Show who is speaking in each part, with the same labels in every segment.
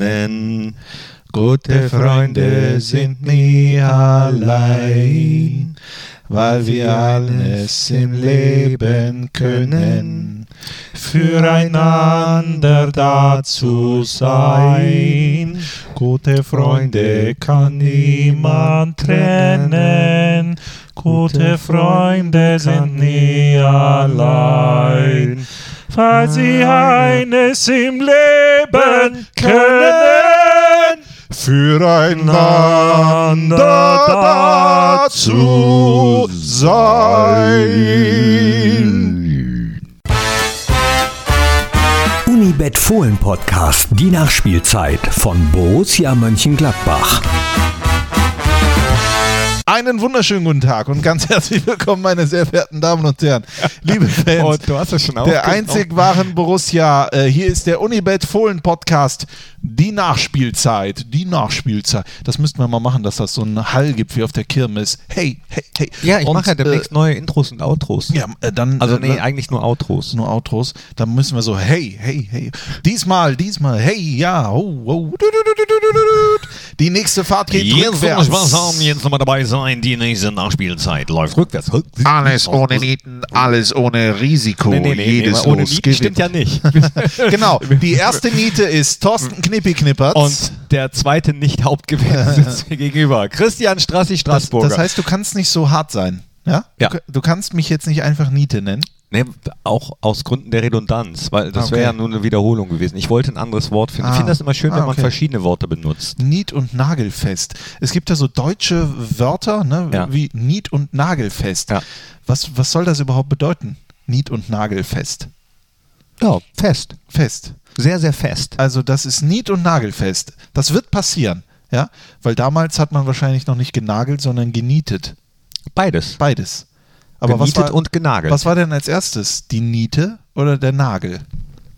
Speaker 1: trennen. Gute Freunde sind nie allein, weil wir alles im Leben können. Füreinander da zu sein, gute Freunde kann niemand trennen. Gute Freunde sind nie allein, weil sie eines im Leben können. Füreinander da zu sein.
Speaker 2: Unibet Fohlen Podcast, die Nachspielzeit von Borussia Mönchengladbach.
Speaker 1: Einen wunderschönen guten Tag und ganz herzlich willkommen, meine sehr verehrten Damen und Herren. Liebe Fans,
Speaker 3: Und Oh, du hast es schon
Speaker 1: der
Speaker 3: aufgenommen.
Speaker 1: einzig wahren Borussia, äh, hier ist der Unibet Fohlen Podcast, die Nachspielzeit, die Nachspielzeit. Das müssten wir mal machen, dass das so einen Hall gibt wie auf der Kirmes. Hey, hey, hey.
Speaker 3: Ja, ich
Speaker 1: Und,
Speaker 3: mache ja demnächst neue Intros und Outros.
Speaker 1: Äh, ja, äh, dann.
Speaker 3: Also
Speaker 1: äh,
Speaker 3: nee, eigentlich nur Outros.
Speaker 1: nur Outros, dann müssen wir so, hey, hey, hey, diesmal, diesmal, hey, ja, oh, oh, du, du, du, du, du, du, du. die nächste Fahrt geht
Speaker 4: Jetzt
Speaker 1: rückwärts.
Speaker 4: muss was haben, jetzt nochmal dabei sein. Die nächste Nachspielzeit läuft rückwärts.
Speaker 3: Ah,
Speaker 5: Alles ohne Nieten, alles ohne Risiko. Jedes
Speaker 3: ohne
Speaker 5: Los
Speaker 3: Nieten
Speaker 5: gewinnt.
Speaker 3: stimmt ja nicht.
Speaker 1: Genau, die erste Niete ist Thorsten Knippi-Knippertz.
Speaker 3: Und der zweite Nicht-Hauptgewinner sitzt mir gegenüber. Christian Strassi,
Speaker 1: das,
Speaker 3: Straßburger.
Speaker 1: das heißt, du kannst nicht so hart sein. Ja?
Speaker 3: Ja.
Speaker 1: Du, du kannst mich jetzt nicht einfach Niete nennen.
Speaker 3: nee, auch aus Gründen der Redundanz, weil das
Speaker 1: Okay.
Speaker 3: wäre ja nur eine Wiederholung gewesen. Ich wollte ein anderes Wort finden.
Speaker 1: Ah.
Speaker 3: Ich finde das immer schön,
Speaker 1: Ah,
Speaker 3: wenn man
Speaker 1: okay.
Speaker 3: verschiedene Worte benutzt.
Speaker 1: Niet und Nagelfest. Es gibt ja so deutsche Wörter, ne,
Speaker 3: Ja.
Speaker 1: wie Niet und Nagelfest.
Speaker 3: Ja.
Speaker 1: Was, was soll das überhaupt bedeuten? Niet und Nagelfest.
Speaker 3: Ja, fest.
Speaker 1: Fest.
Speaker 3: Sehr, sehr fest.
Speaker 1: Also das ist nied- und nagelfest. Das wird passieren, ja, weil damals hat man wahrscheinlich noch nicht genagelt, sondern genietet.
Speaker 3: Beides.
Speaker 1: Beides. Aber
Speaker 3: Genietet
Speaker 1: was war,
Speaker 3: und genagelt.
Speaker 1: Was war denn als erstes? Die Niete oder der Nagel?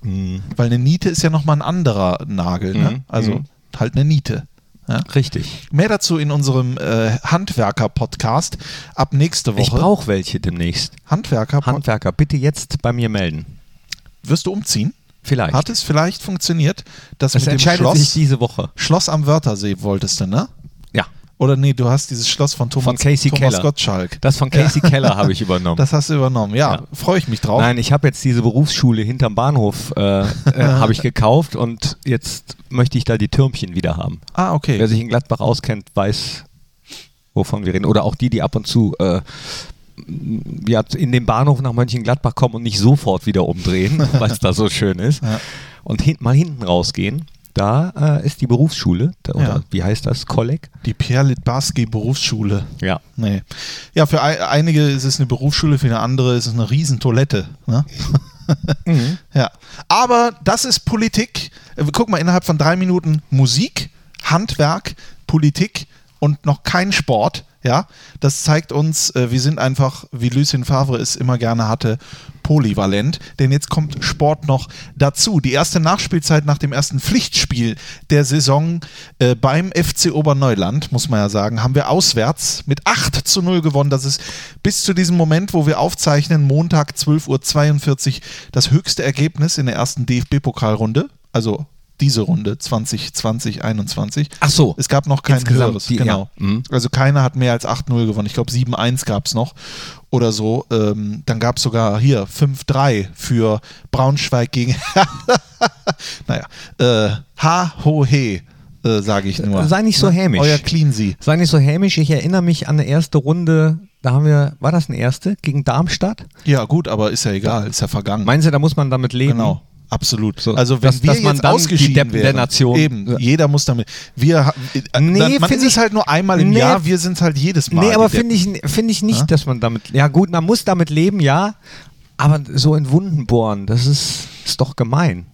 Speaker 3: Mhm.
Speaker 1: Weil eine Niete ist ja nochmal ein anderer Nagel, ne? Also
Speaker 3: Mhm.
Speaker 1: halt eine Niete. Ja?
Speaker 3: Richtig.
Speaker 1: Mehr dazu in unserem äh, Handwerker-Podcast ab nächste
Speaker 3: Ich
Speaker 1: Woche.
Speaker 3: brauche welche demnächst.
Speaker 1: Handwerker,
Speaker 3: Handwerker, bitte jetzt bei mir melden.
Speaker 1: wirst du umziehen?
Speaker 3: Vielleicht.
Speaker 1: Hat es vielleicht funktioniert, dass
Speaker 3: das
Speaker 1: mit dem
Speaker 3: entscheidet sich
Speaker 1: Schloss,
Speaker 3: diese Woche.
Speaker 1: Schloss am Wörthersee wolltest du, ne?
Speaker 3: Ja.
Speaker 1: Oder nee, du hast dieses Schloss von Thomas,
Speaker 3: Von Casey
Speaker 1: Thomas
Speaker 3: Keller.
Speaker 1: Gottschalk.
Speaker 3: Das von Casey Keller habe ich übernommen.
Speaker 1: Das hast du übernommen. Ja,
Speaker 3: Ja.
Speaker 1: freue ich mich drauf.
Speaker 3: Nein, ich habe jetzt diese Berufsschule hinterm Bahnhof äh, äh, habe ich gekauft und jetzt möchte ich da die Türmchen wieder haben.
Speaker 1: Ah, okay.
Speaker 3: Wer sich in Gladbach auskennt, weiß, wovon wir reden. Oder auch die, die ab und zu äh, m, ja, in den Bahnhof nach Mönchengladbach kommen und nicht sofort wieder umdrehen, weil es da so schön ist.
Speaker 1: Ja.
Speaker 3: Und hin, mal hinten rausgehen. Da äh, ist die Berufsschule, da, oder
Speaker 1: Ja.
Speaker 3: wie heißt das? Kolleg?
Speaker 1: Die Pierre Litbarski Berufsschule.
Speaker 3: Ja.
Speaker 1: Nee. Ja, für ei- einige ist es eine Berufsschule, für eine andere ist es eine Riesentoilette. Ne? Ja. Aber das ist Politik. Äh, Guck mal, innerhalb von drei Minuten Musik, Handwerk, Politik und noch kein Sport. Ja, das zeigt uns, äh, wir sind einfach, wie Lucien Favre es immer gerne hatte, polyvalent. Denn jetzt kommt Sport noch dazu. Die erste Nachspielzeit nach dem ersten Pflichtspiel der Saison äh, beim FC Oberneuland, muss man ja sagen, haben wir auswärts mit 8 zu 0 gewonnen. Das ist bis zu diesem Moment, wo wir aufzeichnen, Montag 12.42 Uhr, das höchste Ergebnis in der ersten DFB-Pokalrunde. Also diese Runde 2020, 21.
Speaker 3: Ach so.
Speaker 1: Es gab noch kein
Speaker 3: Insgesamt,
Speaker 1: höheres,
Speaker 3: die-
Speaker 1: genau.
Speaker 3: ja. Mhm.
Speaker 1: Also keiner hat mehr als 8-0 gewonnen. Ich glaube 7-1 gab es noch oder so. Ähm, dann gab es sogar hier 5-3 für Braunschweig gegen naja, äh, ha ho he, äh, sage ich nur.
Speaker 3: Sei nicht so hämisch.
Speaker 1: Euer Cleansee.
Speaker 3: Sei nicht so hämisch, ich erinnere mich an eine erste Runde, da haben wir, war das eine erste, gegen Darmstadt?
Speaker 1: Ja gut, aber ist ja egal, ist ja vergangen.
Speaker 3: Meinst du, da muss man damit leben?
Speaker 1: Genau. Absolut.
Speaker 3: So,
Speaker 1: also wenn
Speaker 3: dass-
Speaker 1: wir
Speaker 3: dass man
Speaker 1: jetzt
Speaker 3: dann die
Speaker 1: ausgeschieden
Speaker 3: Deppen der
Speaker 1: wären,
Speaker 3: Nation-
Speaker 1: eben,
Speaker 3: Ja.
Speaker 1: jeder muss damit. Wir, ha- äh,
Speaker 3: Nee,
Speaker 1: man
Speaker 3: find
Speaker 1: ist es
Speaker 3: ich-
Speaker 1: halt nur einmal im
Speaker 3: Nee.
Speaker 1: Jahr, wir sind halt jedes Mal.
Speaker 3: nee, aber
Speaker 1: die Deppen.
Speaker 3: finde ich, finde ich nicht,
Speaker 1: Ja?
Speaker 3: dass man damit, ja gut, man muss damit leben, ja, aber so in Wunden bohren, das ist, ist doch gemein.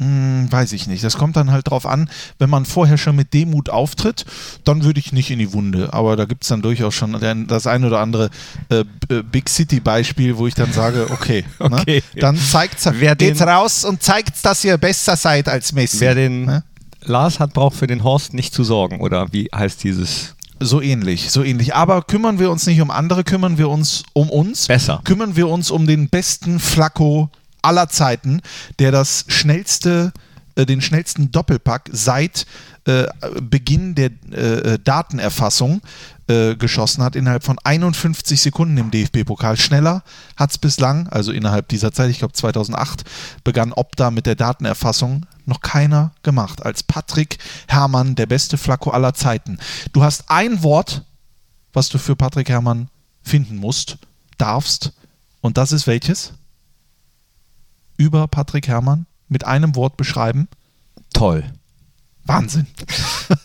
Speaker 1: Hm, weiß ich nicht. Das kommt dann halt drauf an, wenn man vorher schon mit Demut auftritt, dann würde ich nicht in die Wunde. Aber da gibt es dann durchaus schon ein- das ein oder andere äh, B- äh, Big City-Beispiel, wo ich dann sage, okay,
Speaker 3: Okay.
Speaker 1: Ne? dann zeigt's,
Speaker 3: Wer
Speaker 1: geht's
Speaker 3: den-
Speaker 1: raus und zeigt, dass ihr besser seid als Messi.
Speaker 3: Wer den
Speaker 1: ne?
Speaker 3: Lars hat, braucht für den Horst nicht zu sorgen, oder wie heißt dieses?
Speaker 1: So ähnlich, so ähnlich. Aber kümmern wir uns nicht um andere, kümmern wir uns um uns.
Speaker 3: Besser.
Speaker 1: Kümmern wir uns um den besten Flacco aller Zeiten, der das schnellste äh, den schnellsten Doppelpack seit äh, Beginn der äh, Datenerfassung äh, geschossen hat, innerhalb von 51 Sekunden im DFB-Pokal. Schneller hat es bislang, also innerhalb dieser Zeit, ich glaube 2008, begann Opta mit der Datenerfassung noch keiner gemacht. Als Patrick Herrmann, der beste Flacco aller Zeiten. Du hast ein Wort, was du für Patrick Herrmann finden musst, darfst, und das ist welches? Über Patrick Herrmann mit einem Wort beschreiben.
Speaker 3: Toll.
Speaker 1: Wahnsinn.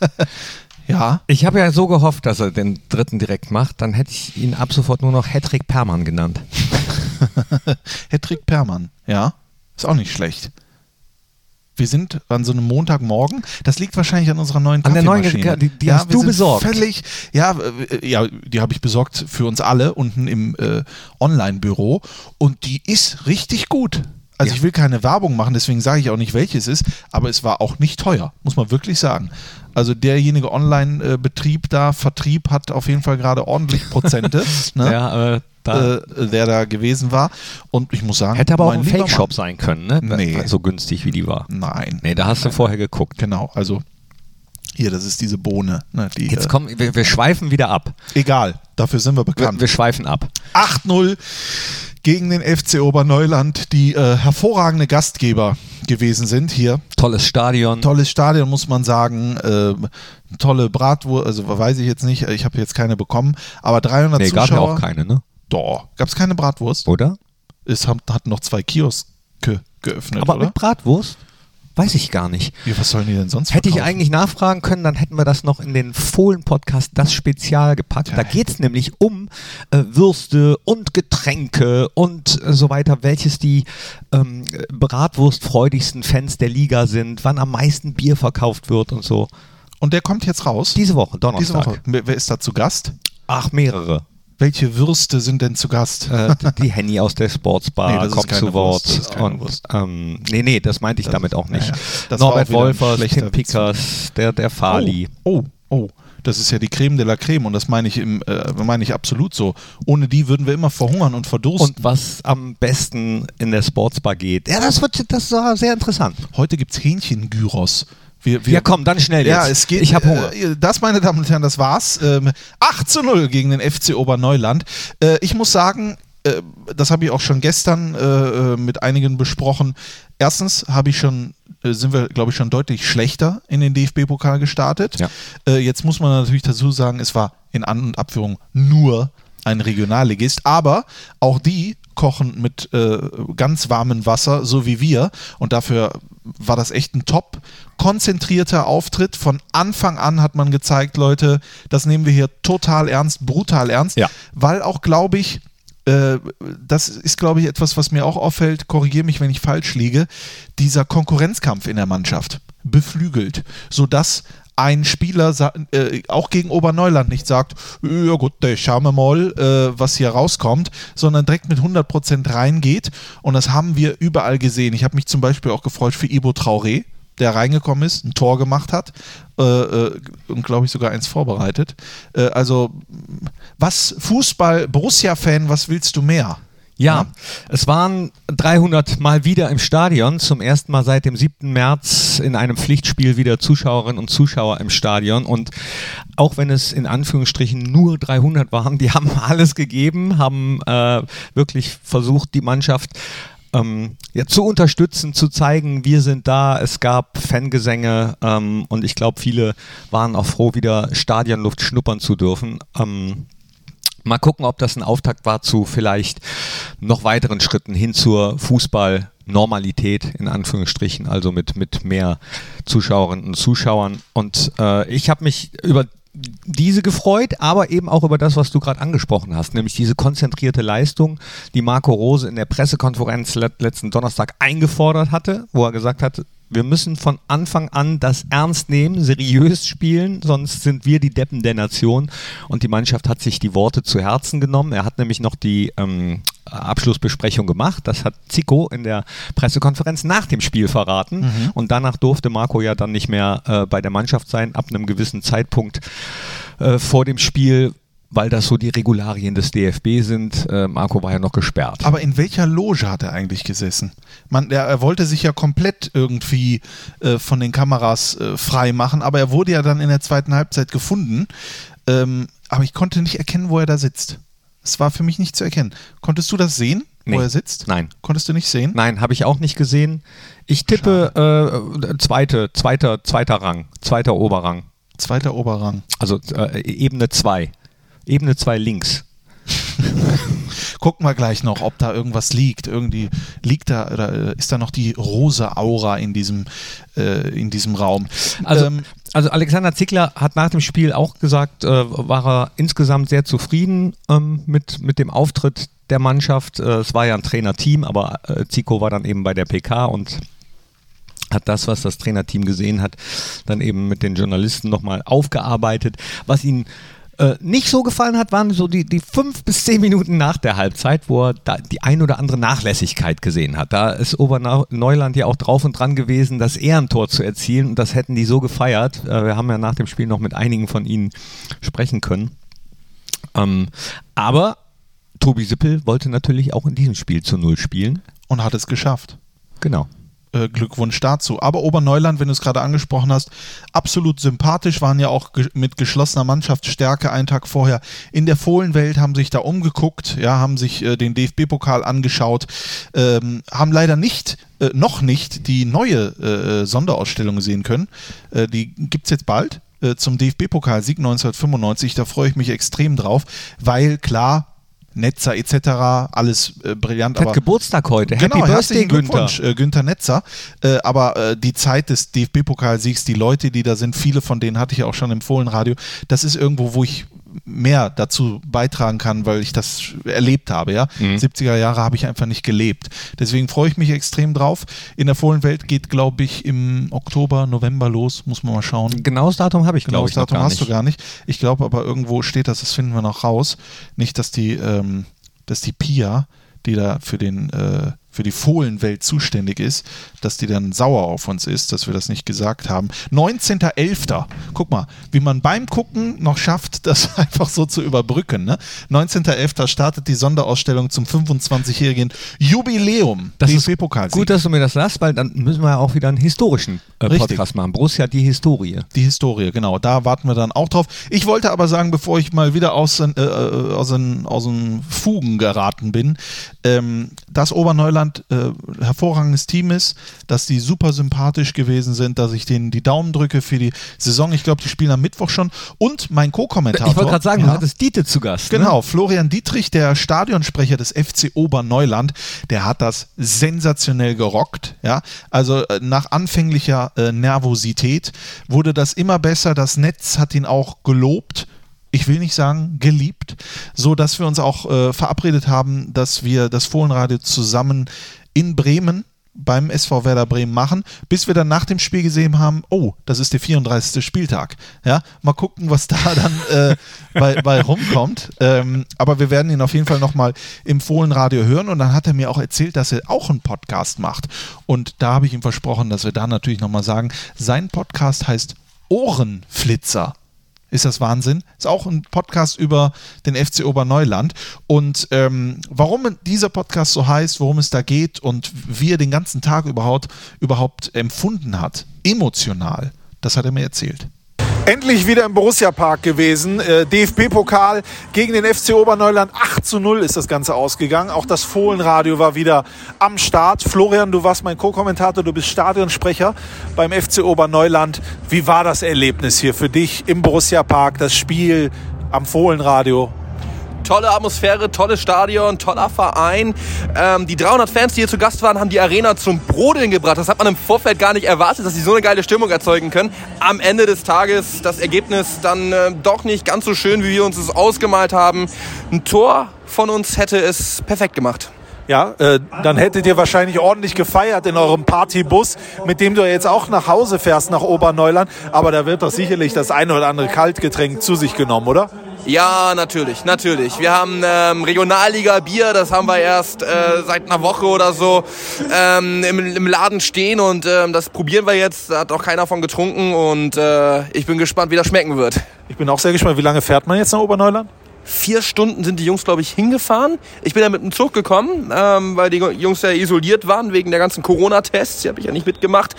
Speaker 1: ja.
Speaker 3: Ich habe ja so gehofft, dass er den dritten direkt macht, dann hätte ich ihn ab sofort nur noch Hedrick Perman genannt.
Speaker 1: Hedrick Perman, ja. Ist auch nicht schlecht. Wir sind an so einem Montagmorgen. Das liegt wahrscheinlich an unserer neuen
Speaker 3: An der neuen-
Speaker 1: Kaffeemaschine.
Speaker 3: die- die hast
Speaker 1: wir
Speaker 3: du
Speaker 1: sind
Speaker 3: besorgt.
Speaker 1: Völlig, ja, äh, ja, die habe ich besorgt für uns alle unten im äh, Online-Büro. Und die ist richtig gut. Also ich will keine Werbung machen, deswegen sage ich auch nicht, welches ist. Aber es war auch nicht teuer, muss man wirklich sagen. Also derjenige Online-Betrieb da, Vertrieb hat auf jeden Fall gerade ordentlich Prozente. ne?
Speaker 3: Ja, äh, da
Speaker 1: äh, der da gewesen war. Und ich muss sagen,
Speaker 3: hätte aber auch
Speaker 1: mein
Speaker 3: ein
Speaker 1: lieber
Speaker 3: Fake-Shop sein können, ne?
Speaker 1: Nee.
Speaker 3: So günstig wie die war.
Speaker 1: Mann. Nein,
Speaker 3: Nee, da hast du vorher geguckt.
Speaker 1: genau. Also hier, das ist diese Bohne. Ne, die,
Speaker 3: Jetzt
Speaker 1: äh,
Speaker 3: komm, wir, wir schweifen wieder ab.
Speaker 1: egal, dafür sind wir
Speaker 3: Wir,
Speaker 1: bekannt.
Speaker 3: wir schweifen ab.
Speaker 1: 8-0 gegen den FC Oberneuland, die äh, hervorragende Gastgeber gewesen sind hier.
Speaker 3: Tolles Stadion.
Speaker 1: Tolles Stadion, muss man sagen. Ähm, tolle Bratwurst, also weiß ich jetzt nicht, ich habe jetzt keine bekommen, aber 300
Speaker 3: nee,
Speaker 1: Zuschauer.
Speaker 3: gab ja auch keine, ne?
Speaker 1: Doch, gab es keine Bratwurst.
Speaker 3: Oder?
Speaker 1: Es haben, hatten noch zwei Kioske geöffnet,
Speaker 3: Aber
Speaker 1: oder?
Speaker 3: mit Bratwurst? Weiß ich gar nicht.
Speaker 1: Ja, was sollen die denn sonst
Speaker 3: Hätte ich
Speaker 1: verkaufen?
Speaker 3: eigentlich nachfragen können, dann hätten wir das noch in den Fohlen-Podcast, das Spezial gepackt. Da geht es nämlich um äh, Würste und Getränke und äh, so weiter, welches die ähm, bratwurstfreudigsten Fans der Liga sind, wann am meisten Bier verkauft wird und so.
Speaker 1: Und der kommt jetzt raus.
Speaker 3: Diese Woche,
Speaker 1: Diese
Speaker 3: Donnerstag.
Speaker 1: Woche. Wer wer ist da zu Gast?
Speaker 3: Ach, mehrere.
Speaker 1: Welche Würste sind denn zu Gast?
Speaker 3: Äh, d- die Henny aus der Sportsbar
Speaker 1: Nee, das ist
Speaker 3: kommt
Speaker 1: keine
Speaker 3: zu Wort.
Speaker 1: Wurst, das ist keine
Speaker 3: und, ähm, nee, nee, das meinte ich damit auch nicht.
Speaker 1: naja, das war
Speaker 3: Norbert
Speaker 1: auch wieder ein
Speaker 3: Wolfers, Tim
Speaker 1: schlechter Witz.
Speaker 3: Pickers, der, der Fali.
Speaker 1: Oh, oh, oh. Das ist ja die Creme de la Creme und das meine ich, im, äh, meine ich absolut so. Ohne die würden wir immer verhungern und verdursten.
Speaker 3: Und was am besten in der Sportsbar geht. Ja, das wird das war sehr interessant.
Speaker 1: Heute gibt es Hähnchengyros. Wir, wir
Speaker 3: Ja, komm, dann schnell
Speaker 1: Ja,
Speaker 3: jetzt.
Speaker 1: es geht.
Speaker 3: Ich hab Hunger.
Speaker 1: Äh, das, meine Damen und Herren, das war's. Ähm, 8 zu 0 gegen den FC Oberneuland. Äh, ich muss sagen, äh, das habe ich auch schon gestern äh, äh, mit einigen besprochen. Erstens habe ich schon, äh, sind wir, glaube ich, schon deutlich schlechter in den DFB-Pokal gestartet.
Speaker 3: Ja.
Speaker 1: Äh, jetzt muss man natürlich dazu sagen, es war in An- und Abführung nur ein Regionalligist, aber auch die kochen mit äh, ganz warmem Wasser, so wie wir. Und dafür war das echt ein top konzentrierter Auftritt. Von Anfang an hat man gezeigt, Leute, das nehmen wir hier total ernst, brutal ernst,
Speaker 3: Ja.
Speaker 1: weil auch, glaube ich, äh, das ist, glaube ich, etwas, was mir auch auffällt, korrigiere mich, wenn ich falsch liege, dieser Konkurrenzkampf in der Mannschaft beflügelt, sodass ein Spieler sa- äh, auch gegen Oberneuland nicht sagt, ja gut, äh, schauen wir mal, äh, was hier rauskommt, sondern direkt mit 100% reingeht und das haben wir überall gesehen. Ich habe mich zum Beispiel auch gefreut für Ibo Traoré, der reingekommen ist, ein Tor gemacht hat äh, äh, und glaube ich sogar eins vorbereitet. Äh, also was Fußball, Borussia-Fan, was willst du mehr?
Speaker 3: Ja, es waren 300 Mal wieder im Stadion, zum ersten Mal seit dem 7. März in einem Pflichtspiel wieder Zuschauerinnen und Zuschauer im Stadion. Und auch wenn es in Anführungsstrichen nur 300 waren, die haben alles gegeben, haben äh, wirklich versucht, die Mannschaft ähm, ja, zu unterstützen, zu zeigen, wir sind da. Es gab Fangesänge ähm, und ich glaube, viele waren auch froh, wieder Stadionluft schnuppern zu dürfen. Ähm, Mal gucken, ob das ein Auftakt war zu vielleicht noch weiteren Schritten hin zur Fußball-Normalität, in Anführungsstrichen, also mit, mit mehr Zuschauerinnen und Zuschauern. Und äh, ich habe mich über diese gefreut, aber eben auch über das, was du gerade angesprochen hast, nämlich diese konzentrierte Leistung, die Marco Rose in der Pressekonferenz le- letzten Donnerstag eingefordert hatte, wo er gesagt hat, wir müssen von Anfang an das ernst nehmen, seriös spielen, sonst sind wir die Deppen der Nation. Und die Mannschaft hat sich die Worte zu Herzen genommen. Er hat nämlich noch die ähm, Abschlussbesprechung gemacht. Das hat Zico in der Pressekonferenz nach dem Spiel verraten. Und danach durfte Marco ja dann nicht mehr äh, bei der Mannschaft sein. Ab einem gewissen Zeitpunkt äh, vor dem Spiel weil das so die Regularien des DFB sind. Äh, Marco war ja noch gesperrt.
Speaker 1: Aber in welcher Loge hat er eigentlich gesessen? Man, er, er wollte sich ja komplett irgendwie äh, von den Kameras äh, frei machen, aber er wurde ja dann in der zweiten Halbzeit gefunden. Ähm, aber ich konnte nicht erkennen, wo er da sitzt. Es war für mich nicht zu erkennen. Konntest du das sehen, wo
Speaker 3: Nee.
Speaker 1: er sitzt?
Speaker 3: Nein.
Speaker 1: Konntest du nicht sehen?
Speaker 3: Nein, habe ich auch nicht gesehen. Ich tippe äh, zweite, zweiter, zweiter Rang, zweiter Oberrang.
Speaker 1: Zweiter Oberrang.
Speaker 3: Also äh, Ebene 2. Ebene 2 links.
Speaker 1: Gucken wir gleich noch, ob da irgendwas liegt. Irgendwie liegt da oder äh, ist da noch die rosa Aura in diesem, äh, in diesem Raum.
Speaker 3: Also,
Speaker 1: Ähm,
Speaker 3: also Alexander Zickler hat nach dem Spiel auch gesagt, äh, war er insgesamt sehr zufrieden ähm, mit, mit dem Auftritt der Mannschaft. Äh, es war ja ein Trainerteam, aber äh, Zico war dann eben bei der PK und hat das, was das Trainerteam gesehen hat, dann eben mit den Journalisten nochmal aufgearbeitet. Was ihn äh, nicht so gefallen hat, waren so die, die fünf bis zehn Minuten nach der Halbzeit, wo er da die ein oder andere Nachlässigkeit gesehen hat. Da ist Oberneuland ja auch drauf und dran gewesen, das Ehrentor zu erzielen und das hätten die so gefeiert. Äh, wir haben ja nach dem Spiel noch mit einigen von ihnen sprechen können. Ähm, aber Tobi Sippel wollte natürlich auch in diesem Spiel zu Null spielen.
Speaker 1: und hat es geschafft.
Speaker 3: Genau.
Speaker 1: Äh, Glückwunsch dazu. Aber Oberneuland, wenn du es gerade angesprochen hast, absolut sympathisch, waren ja auch ge mit geschlossener Mannschaftsstärke einen Tag vorher in der Fohlenwelt, haben sich da umgeguckt, ja, haben sich äh, den DFB-Pokal angeschaut, ähm, haben leider nicht, äh, noch nicht die neue äh, äh, Sonderausstellung sehen können. Äh, die gibt es jetzt bald äh, zum DFB-Pokalsieg 1995. Da freue ich mich extrem drauf, weil klar, Netzer etc., alles äh, brillant,
Speaker 3: Hat
Speaker 1: aber
Speaker 3: Geburtstag heute.
Speaker 1: Genau,
Speaker 3: Happy Birthday,
Speaker 1: herzlichen
Speaker 3: Günther.
Speaker 1: Glückwunsch, äh, Günther Netzer. Äh, aber äh, die Zeit des DFB-Pokalsiegs, die Leute, die da sind, viele von denen hatte ich ja auch schon im Fohlenradio, das ist irgendwo, wo ich mehr dazu beitragen kann, weil ich das erlebt habe. Ja?
Speaker 3: Mhm.
Speaker 1: 70er Jahre habe ich einfach nicht gelebt. Deswegen freue ich mich extrem drauf. In der Fohlenwelt geht, glaube ich, im Oktober, November los. Muss man mal schauen.
Speaker 3: Genaues Datum habe ich,
Speaker 1: Genau, das
Speaker 3: glaube ich, noch
Speaker 1: Datum
Speaker 3: gar
Speaker 1: hast du
Speaker 3: nicht.
Speaker 1: gar nicht. Ich glaube aber irgendwo steht das, das finden wir noch raus. Nicht, dass die, ähm, dass die Pia, die da für den, äh, für die Fohlenwelt zuständig ist, dass die dann sauer auf uns ist, dass wir das nicht gesagt haben. 19.11. Guck mal, wie man beim Gucken noch schafft, das einfach so zu überbrücken. Ne? 19.11. startet die Sonderausstellung zum 25-jährigen Jubiläum
Speaker 3: Das ist
Speaker 1: DFB-Pokalsieg.
Speaker 3: Gut, dass du mir das sagst, weil dann müssen wir ja auch wieder einen historischen äh,
Speaker 1: Richtig.
Speaker 3: Podcast machen. Borussia die Historie.
Speaker 1: Die Historie, genau. Da warten wir dann auch drauf. Ich wollte aber sagen, bevor ich mal wieder aus den, äh, äh, aus den, aus den Fugen geraten bin, ähm, dass Oberneuland äh, ein hervorragendes Team ist, dass die super sympathisch gewesen sind, dass ich denen die Daumen drücke für die Saison. Ich glaube, die spielen am Mittwoch schon. Und mein Co-Kommentator.
Speaker 3: Äh, Ich wollte gerade sagen,
Speaker 1: Ja.
Speaker 3: du hattest Diete zu Gast. ne?
Speaker 1: Genau, Florian Dietrich, der Stadionsprecher des FC Oberneuland, der hat das sensationell gerockt. Ja? Also äh, nach anfänglicher äh, Nervosität wurde das immer besser. Das Netz hat ihn auch gelobt. Ich will nicht sagen geliebt, so dass wir uns auch äh, verabredet haben, dass wir das Fohlenradio zusammen in Bremen beim SV Werder Bremen machen, bis wir dann nach dem Spiel gesehen haben, oh, das ist der 34. Spieltag. Ja, mal gucken, was da dann äh, bei, bei rumkommt. Ähm, aber wir werden ihn auf jeden Fall nochmal im Fohlenradio hören und dann hat er mir auch erzählt, dass er auch einen Podcast macht. Und da habe ich ihm versprochen, dass wir da natürlich nochmal sagen, sein Podcast heißt Ohrenflitzer. Ist das Wahnsinn? Ist auch ein Podcast über den FC Oberneuland. Und ähm, warum dieser Podcast so heißt, worum es da geht und wie er den ganzen Tag überhaupt, überhaupt empfunden hat, emotional, das hat er mir erzählt.
Speaker 6: Endlich wieder im Borussia-Park gewesen. Äh, DFB-Pokal gegen den FC Oberneuland. 8 zu 0 ist das Ganze ausgegangen. Auch das Fohlenradio war wieder am Start. Florian, du warst mein Co-Kommentator, du bist Stadionsprecher beim FC Oberneuland. Wie war das Erlebnis hier für dich im Borussia-Park, das Spiel am Fohlenradio?
Speaker 7: tolle Atmosphäre, tolles Stadion, toller Verein. Ähm, die 300 Fans, die hier zu Gast waren, haben die Arena zum Brodeln gebracht. Das hat man im Vorfeld gar nicht erwartet, dass sie so eine geile Stimmung erzeugen können. Am Ende des Tages das Ergebnis dann äh, doch nicht ganz so schön, wie wir uns es ausgemalt haben. Ein Tor von uns hätte es perfekt gemacht.
Speaker 6: Ja, äh, dann hättet ihr wahrscheinlich ordentlich gefeiert in eurem Partybus, mit dem du jetzt auch nach Hause fährst, nach Oberneuland. Aber da wird doch sicherlich das eine oder andere Kaltgetränk zu sich genommen, oder?
Speaker 7: Ja, natürlich, natürlich. Wir haben ähm, Regionalliga-Bier, das haben wir erst äh, seit einer Woche oder so ähm, im, im Laden stehen und ähm, das probieren wir jetzt. Da hat auch keiner von getrunken und äh, ich bin gespannt, wie das schmecken wird.
Speaker 6: Ich bin auch sehr gespannt, wie lange fährt man jetzt nach Oberneuland?
Speaker 7: Vier Stunden sind die Jungs, glaube ich, hingefahren. Ich bin ja mit dem Zug gekommen, ähm, weil die Jungs ja isoliert waren wegen der ganzen Corona-Tests. Die habe ich ja nicht mitgemacht.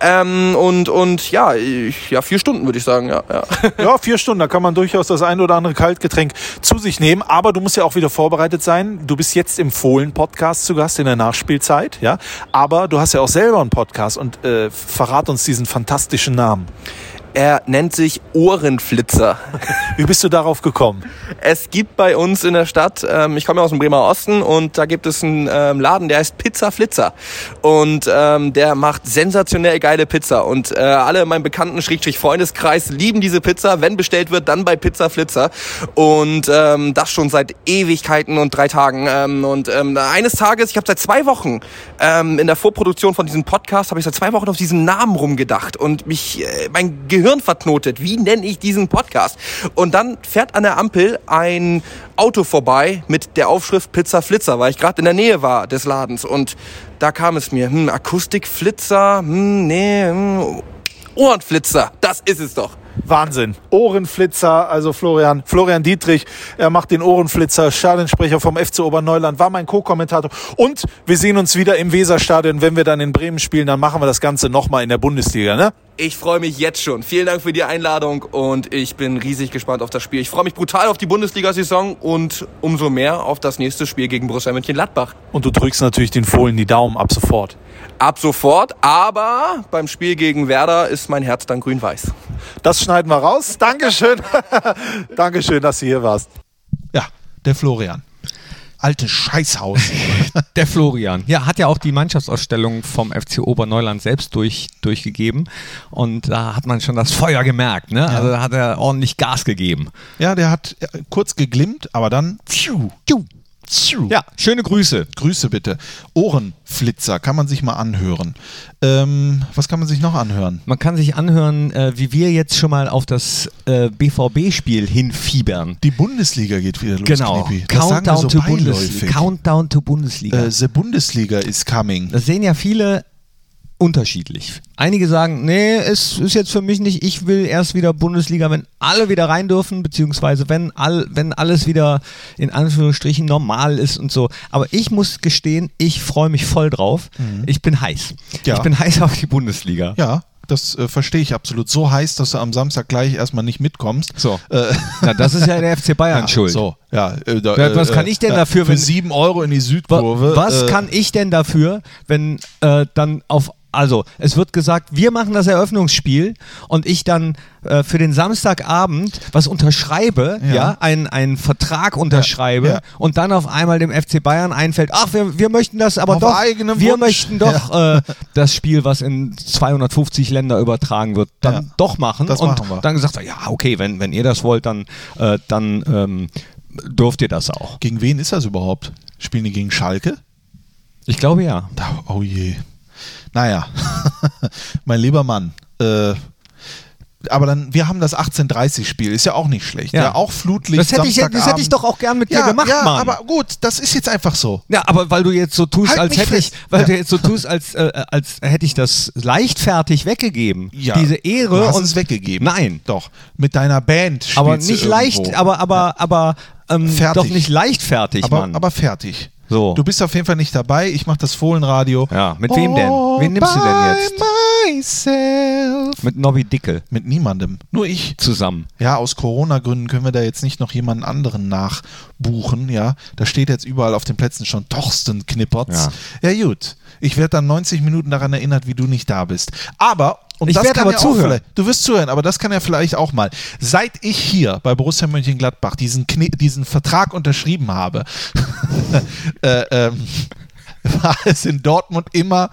Speaker 7: Ähm, und und ja, ich, ja, vier Stunden würde ich sagen. Ja, ja.
Speaker 6: Ja, vier Stunden, da kann man durchaus das ein oder andere Kaltgetränk zu sich nehmen. Aber du musst ja auch wieder vorbereitet sein. Du bist jetzt im Fohlen-Podcast zu Gast in der Nachspielzeit, ja. Aber du hast ja auch selber einen Podcast und äh, verrat uns diesen fantastischen Namen.
Speaker 7: Er nennt sich Ohrenflitzer.
Speaker 6: Wie bist du darauf gekommen?
Speaker 7: Es gibt bei uns in der Stadt, ähm, ich komme ja aus dem Bremer Osten und da gibt es einen ähm, Laden, der heißt Pizza Flitzer. Und ähm, der macht sensationell geile Pizza. Und äh, alle in meinem bekannten Schrägstrich Freundeskreis lieben diese Pizza. Wenn bestellt wird, dann bei Pizza Flitzer. Und ähm, das schon seit Ewigkeiten und drei Tagen. Ähm, und ähm, eines Tages, ich habe seit zwei Wochen ähm, in der Vorproduktion von diesem Podcast, habe ich seit zwei Wochen auf diesen Namen rumgedacht und mich äh, mein Gehirn verknotet. Wie nenne ich diesen Podcast? Und dann fährt an der Ampel ein Auto vorbei mit der Aufschrift Pizza Flitzer, weil ich gerade in der Nähe war des Ladens. Und da kam es mir, hm, Akustik Flitzer, hm, nee, hm, Ohrenflitzer, das ist es doch.
Speaker 6: Wahnsinn. Ohrenflitzer, also Florian, Florian Dietrich, er macht den Ohrenflitzer, Stadionsprecher vom FC Oberneuland, war mein Co-Kommentator. Und wir sehen uns wieder im Weserstadion, wenn wir dann in Bremen spielen, dann machen wir das Ganze nochmal in der Bundesliga, ne?
Speaker 7: Ich freue mich jetzt schon. Vielen Dank für die Einladung und ich bin riesig gespannt auf das Spiel. Ich freue mich brutal auf die Bundesliga-Saison und umso mehr auf das nächste Spiel gegen Borussia Mönchengladbach.
Speaker 6: Und du drückst natürlich den Fohlen die Daumen ab sofort.
Speaker 7: Ab sofort, aber beim Spiel gegen Werder ist mein Herz dann grün-weiß.
Speaker 6: Das schneiden wir raus. Dankeschön. Dankeschön, dass du hier warst.
Speaker 1: Ja, der Florian. Alte Scheißhaus.
Speaker 3: Der Florian. Ja, hat ja auch die Mannschaftsausstellung vom FC Oberneuland selbst durch, durchgegeben. Und da hat man schon das Feuer gemerkt. Ne? Also da hat er ordentlich Gas gegeben.
Speaker 1: ja, der hat äh, kurz geglimmt, aber dann. Pfiu, pfiu, pfiu.
Speaker 3: Ja, schöne Grüße.
Speaker 1: Grüße bitte. Ohrenflitzer kann man sich mal anhören. Ähm, was kann man sich noch anhören?
Speaker 3: Man kann sich anhören, äh, wie wir jetzt schon mal auf das äh, BVB-Spiel hinfiebern.
Speaker 1: Die Bundesliga geht wieder los. Knippi. Das sagen wir
Speaker 3: Genau. Countdown,
Speaker 1: so
Speaker 3: to
Speaker 1: beiläufig.
Speaker 3: Bundesliga. Countdown to Bundesliga.
Speaker 1: Äh, the Bundesliga is coming.
Speaker 3: Das sehen ja viele unterschiedlich. Einige sagen, nee, es ist jetzt für mich nicht, ich will erst wieder Bundesliga, wenn alle wieder rein dürfen, beziehungsweise wenn, all, wenn alles wieder in Anführungsstrichen normal ist und so. Aber ich muss gestehen, ich freue mich voll drauf. Ich bin heiß.
Speaker 1: Mhm. Ja.
Speaker 3: Ich bin heiß auf die Bundesliga.
Speaker 1: Ja, das äh, verstehe ich absolut. So heiß, dass du am Samstag gleich erstmal nicht mitkommst.
Speaker 3: So.
Speaker 1: Äh,
Speaker 3: Na, das ist ja der FC Bayern schuld.
Speaker 1: So, ja. äh, da,
Speaker 3: Was- was kann ich denn
Speaker 1: äh,
Speaker 3: dafür,
Speaker 1: Für
Speaker 3: wenn-
Speaker 1: sieben Euro in die
Speaker 3: Wa-
Speaker 1: Südkurve.
Speaker 3: Was
Speaker 1: äh,
Speaker 3: kann ich denn dafür, wenn äh, dann auf also, es wird gesagt, wir machen das Eröffnungsspiel und ich dann äh, für den Samstagabend was unterschreibe, ja, einen, einen Vertrag unterschreibe
Speaker 1: Ja, ja.
Speaker 3: und dann auf einmal dem FC Bayern einfällt, ach, wir, wir möchten das aber
Speaker 1: Auf
Speaker 3: doch,
Speaker 1: eigenem
Speaker 3: wir
Speaker 1: Wunsch.
Speaker 3: möchten doch äh, das Spiel, was in 250 Länder übertragen wird, dann
Speaker 1: Ja.
Speaker 3: doch machen.
Speaker 1: Das
Speaker 3: und
Speaker 1: machen wir.
Speaker 3: dann gesagt, ja, okay, wenn, wenn ihr das wollt, dann, äh, dann ähm, dürft ihr das auch.
Speaker 1: Gegen wen ist das überhaupt? Spielen die gegen Schalke?
Speaker 3: Ich glaube ja.
Speaker 1: Da, oh je. Naja, mein lieber Mann. Äh, aber dann, wir haben das 1830-Spiel, ist ja auch nicht schlecht. Ja,
Speaker 3: Ja.
Speaker 1: auch Flutlicht.
Speaker 3: Das hätte ich- das hätte ich
Speaker 1: Samstagabend.
Speaker 3: doch auch gern mit dir gemacht,
Speaker 1: ja,
Speaker 3: Mann.
Speaker 1: Aber gut, das ist jetzt einfach so.
Speaker 3: Ja, aber weil du jetzt so tust,
Speaker 1: Halt
Speaker 3: als
Speaker 1: mich
Speaker 3: hätte ich,
Speaker 1: fest.
Speaker 3: weil
Speaker 1: Ja.
Speaker 3: du jetzt so tust, als, äh, als hätte ich das leichtfertig weggegeben.
Speaker 1: Ja,
Speaker 3: Diese Ehre
Speaker 1: du hast
Speaker 3: und
Speaker 1: es weggegeben.
Speaker 3: Nein.
Speaker 1: Doch, mit deiner Band spielst
Speaker 3: Aber
Speaker 1: du
Speaker 3: nicht
Speaker 1: irgendwo.
Speaker 3: leicht, aber, aber, aber ähm,
Speaker 1: Fertig.
Speaker 3: doch nicht leichtfertig,
Speaker 1: aber,
Speaker 3: Mann.
Speaker 1: aber fertig.
Speaker 3: So.
Speaker 1: Du bist auf jeden Fall nicht dabei. Ich mache das Fohlenradio.
Speaker 3: Ja, mit wem denn? Wen nimmst du denn
Speaker 1: jetzt? Myself.
Speaker 3: mit Nobby Dickel
Speaker 1: Mit niemandem. Nur ich.
Speaker 3: zusammen.
Speaker 1: Ja, aus Corona-Gründen können wir da jetzt nicht noch jemanden anderen nachbuchen, ja. Da steht jetzt überall auf den Plätzen schon Torsten Knippertz. Ja, gut. Ich werde dann 90 Minuten daran erinnert, wie du nicht da bist. Aber, und
Speaker 3: Ich
Speaker 1: das
Speaker 3: werd
Speaker 1: kann
Speaker 3: aber
Speaker 1: ja auch
Speaker 3: zuhören.
Speaker 1: vielleicht, du wirst zuhören, aber das kann ja vielleicht auch mal. Seit ich hier bei Borussia Mönchengladbach diesen, Kne diesen Vertrag unterschrieben habe, äh, ähm, war es in Dortmund immer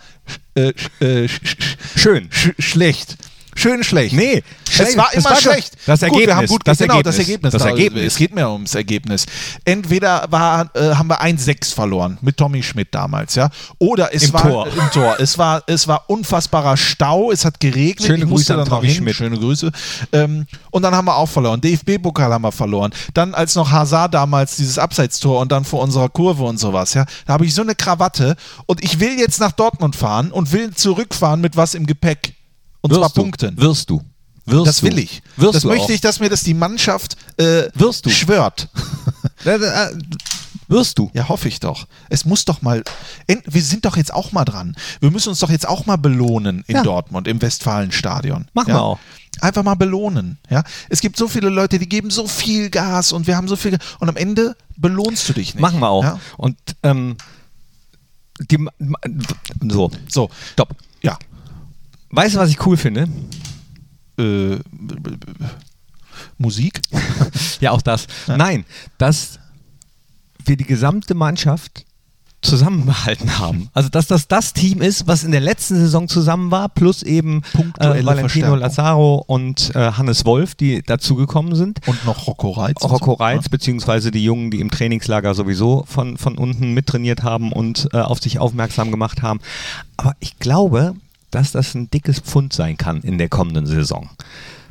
Speaker 1: äh, sch- äh, sch- sch-
Speaker 3: Schön.
Speaker 1: sch schlecht. Schön schlecht.
Speaker 3: Nee,
Speaker 1: es
Speaker 3: schlecht.
Speaker 1: war
Speaker 3: Das
Speaker 1: immer
Speaker 3: war ge-
Speaker 1: schlecht.
Speaker 3: das
Speaker 1: Gut, wir
Speaker 3: Ergebnis,
Speaker 1: haben gut
Speaker 3: das
Speaker 1: genau, das
Speaker 3: Ergebnis,
Speaker 1: Ergebnis.
Speaker 3: das
Speaker 1: da-
Speaker 3: Ergebnis.
Speaker 1: Es geht mir ums Ergebnis. Entweder war, äh, haben wir 1-6 verloren mit Tommy Schmidt damals, ja. Oder es
Speaker 3: Im
Speaker 1: war
Speaker 3: Tor.
Speaker 1: äh, im Tor. Es war, es war unfassbarer Stau, es hat geregnet.
Speaker 3: Schöne
Speaker 1: ich musste
Speaker 3: Grüße an
Speaker 1: dann noch
Speaker 3: Tommy
Speaker 1: hin.
Speaker 3: Schmidt.
Speaker 1: Schöne Grüße. Ähm, und dann haben wir auch verloren. DFB-Pokal haben wir verloren. Dann als noch Hazard damals dieses Abseitstor und dann vor unserer Kurve und sowas, ja. Da habe ich so eine Krawatte und ich will jetzt nach Dortmund fahren und will zurückfahren mit was im Gepäck. Und zwar
Speaker 3: du.
Speaker 1: Punkten.
Speaker 3: Wirst du. Wirst
Speaker 1: das
Speaker 3: du.
Speaker 1: will ich.
Speaker 3: Wirst
Speaker 1: das
Speaker 3: du
Speaker 1: möchte
Speaker 3: auch.
Speaker 1: ich, dass mir das die Mannschaft äh,
Speaker 3: Wirst du.
Speaker 1: schwört.
Speaker 3: Äh, äh, Wirst du.
Speaker 1: Ja, hoffe ich doch. Es muss doch mal. End, wir sind doch jetzt auch mal dran. Wir müssen uns doch jetzt auch mal belohnen in
Speaker 3: Ja.
Speaker 1: Dortmund, im Westfalenstadion.
Speaker 3: Machen
Speaker 1: ja?
Speaker 3: wir auch.
Speaker 1: Einfach mal belohnen. Ja? Es gibt so viele Leute, die geben so viel Gas und wir haben so viel. Ge- Und am Ende belohnst du dich nicht.
Speaker 3: Machen wir auch.
Speaker 1: Ja?
Speaker 3: Und ähm, die, Ma- Ma- so,
Speaker 1: So,
Speaker 3: stopp.
Speaker 1: ja.
Speaker 3: Weißt du, was ich cool finde?
Speaker 1: Äh, b- b- b- Musik?
Speaker 3: Ja, auch das. Nein, dass wir die gesamte Mannschaft zusammenbehalten haben. Also, dass das das Team ist, was in der letzten Saison zusammen war, plus eben
Speaker 1: Punktuelle
Speaker 3: äh, Valentino
Speaker 1: Verstärkung.
Speaker 3: Lazaro und äh, Hannes Wolf, die dazugekommen sind.
Speaker 1: Und noch Rocco Reitz. und
Speaker 3: Rocco
Speaker 1: so. ne?
Speaker 3: Reitz, beziehungsweise die Jungen, die im Trainingslager sowieso von, von unten mittrainiert haben und äh, auf sich aufmerksam gemacht haben. Aber ich glaube, dass das ein dickes Pfund sein kann in der kommenden Saison.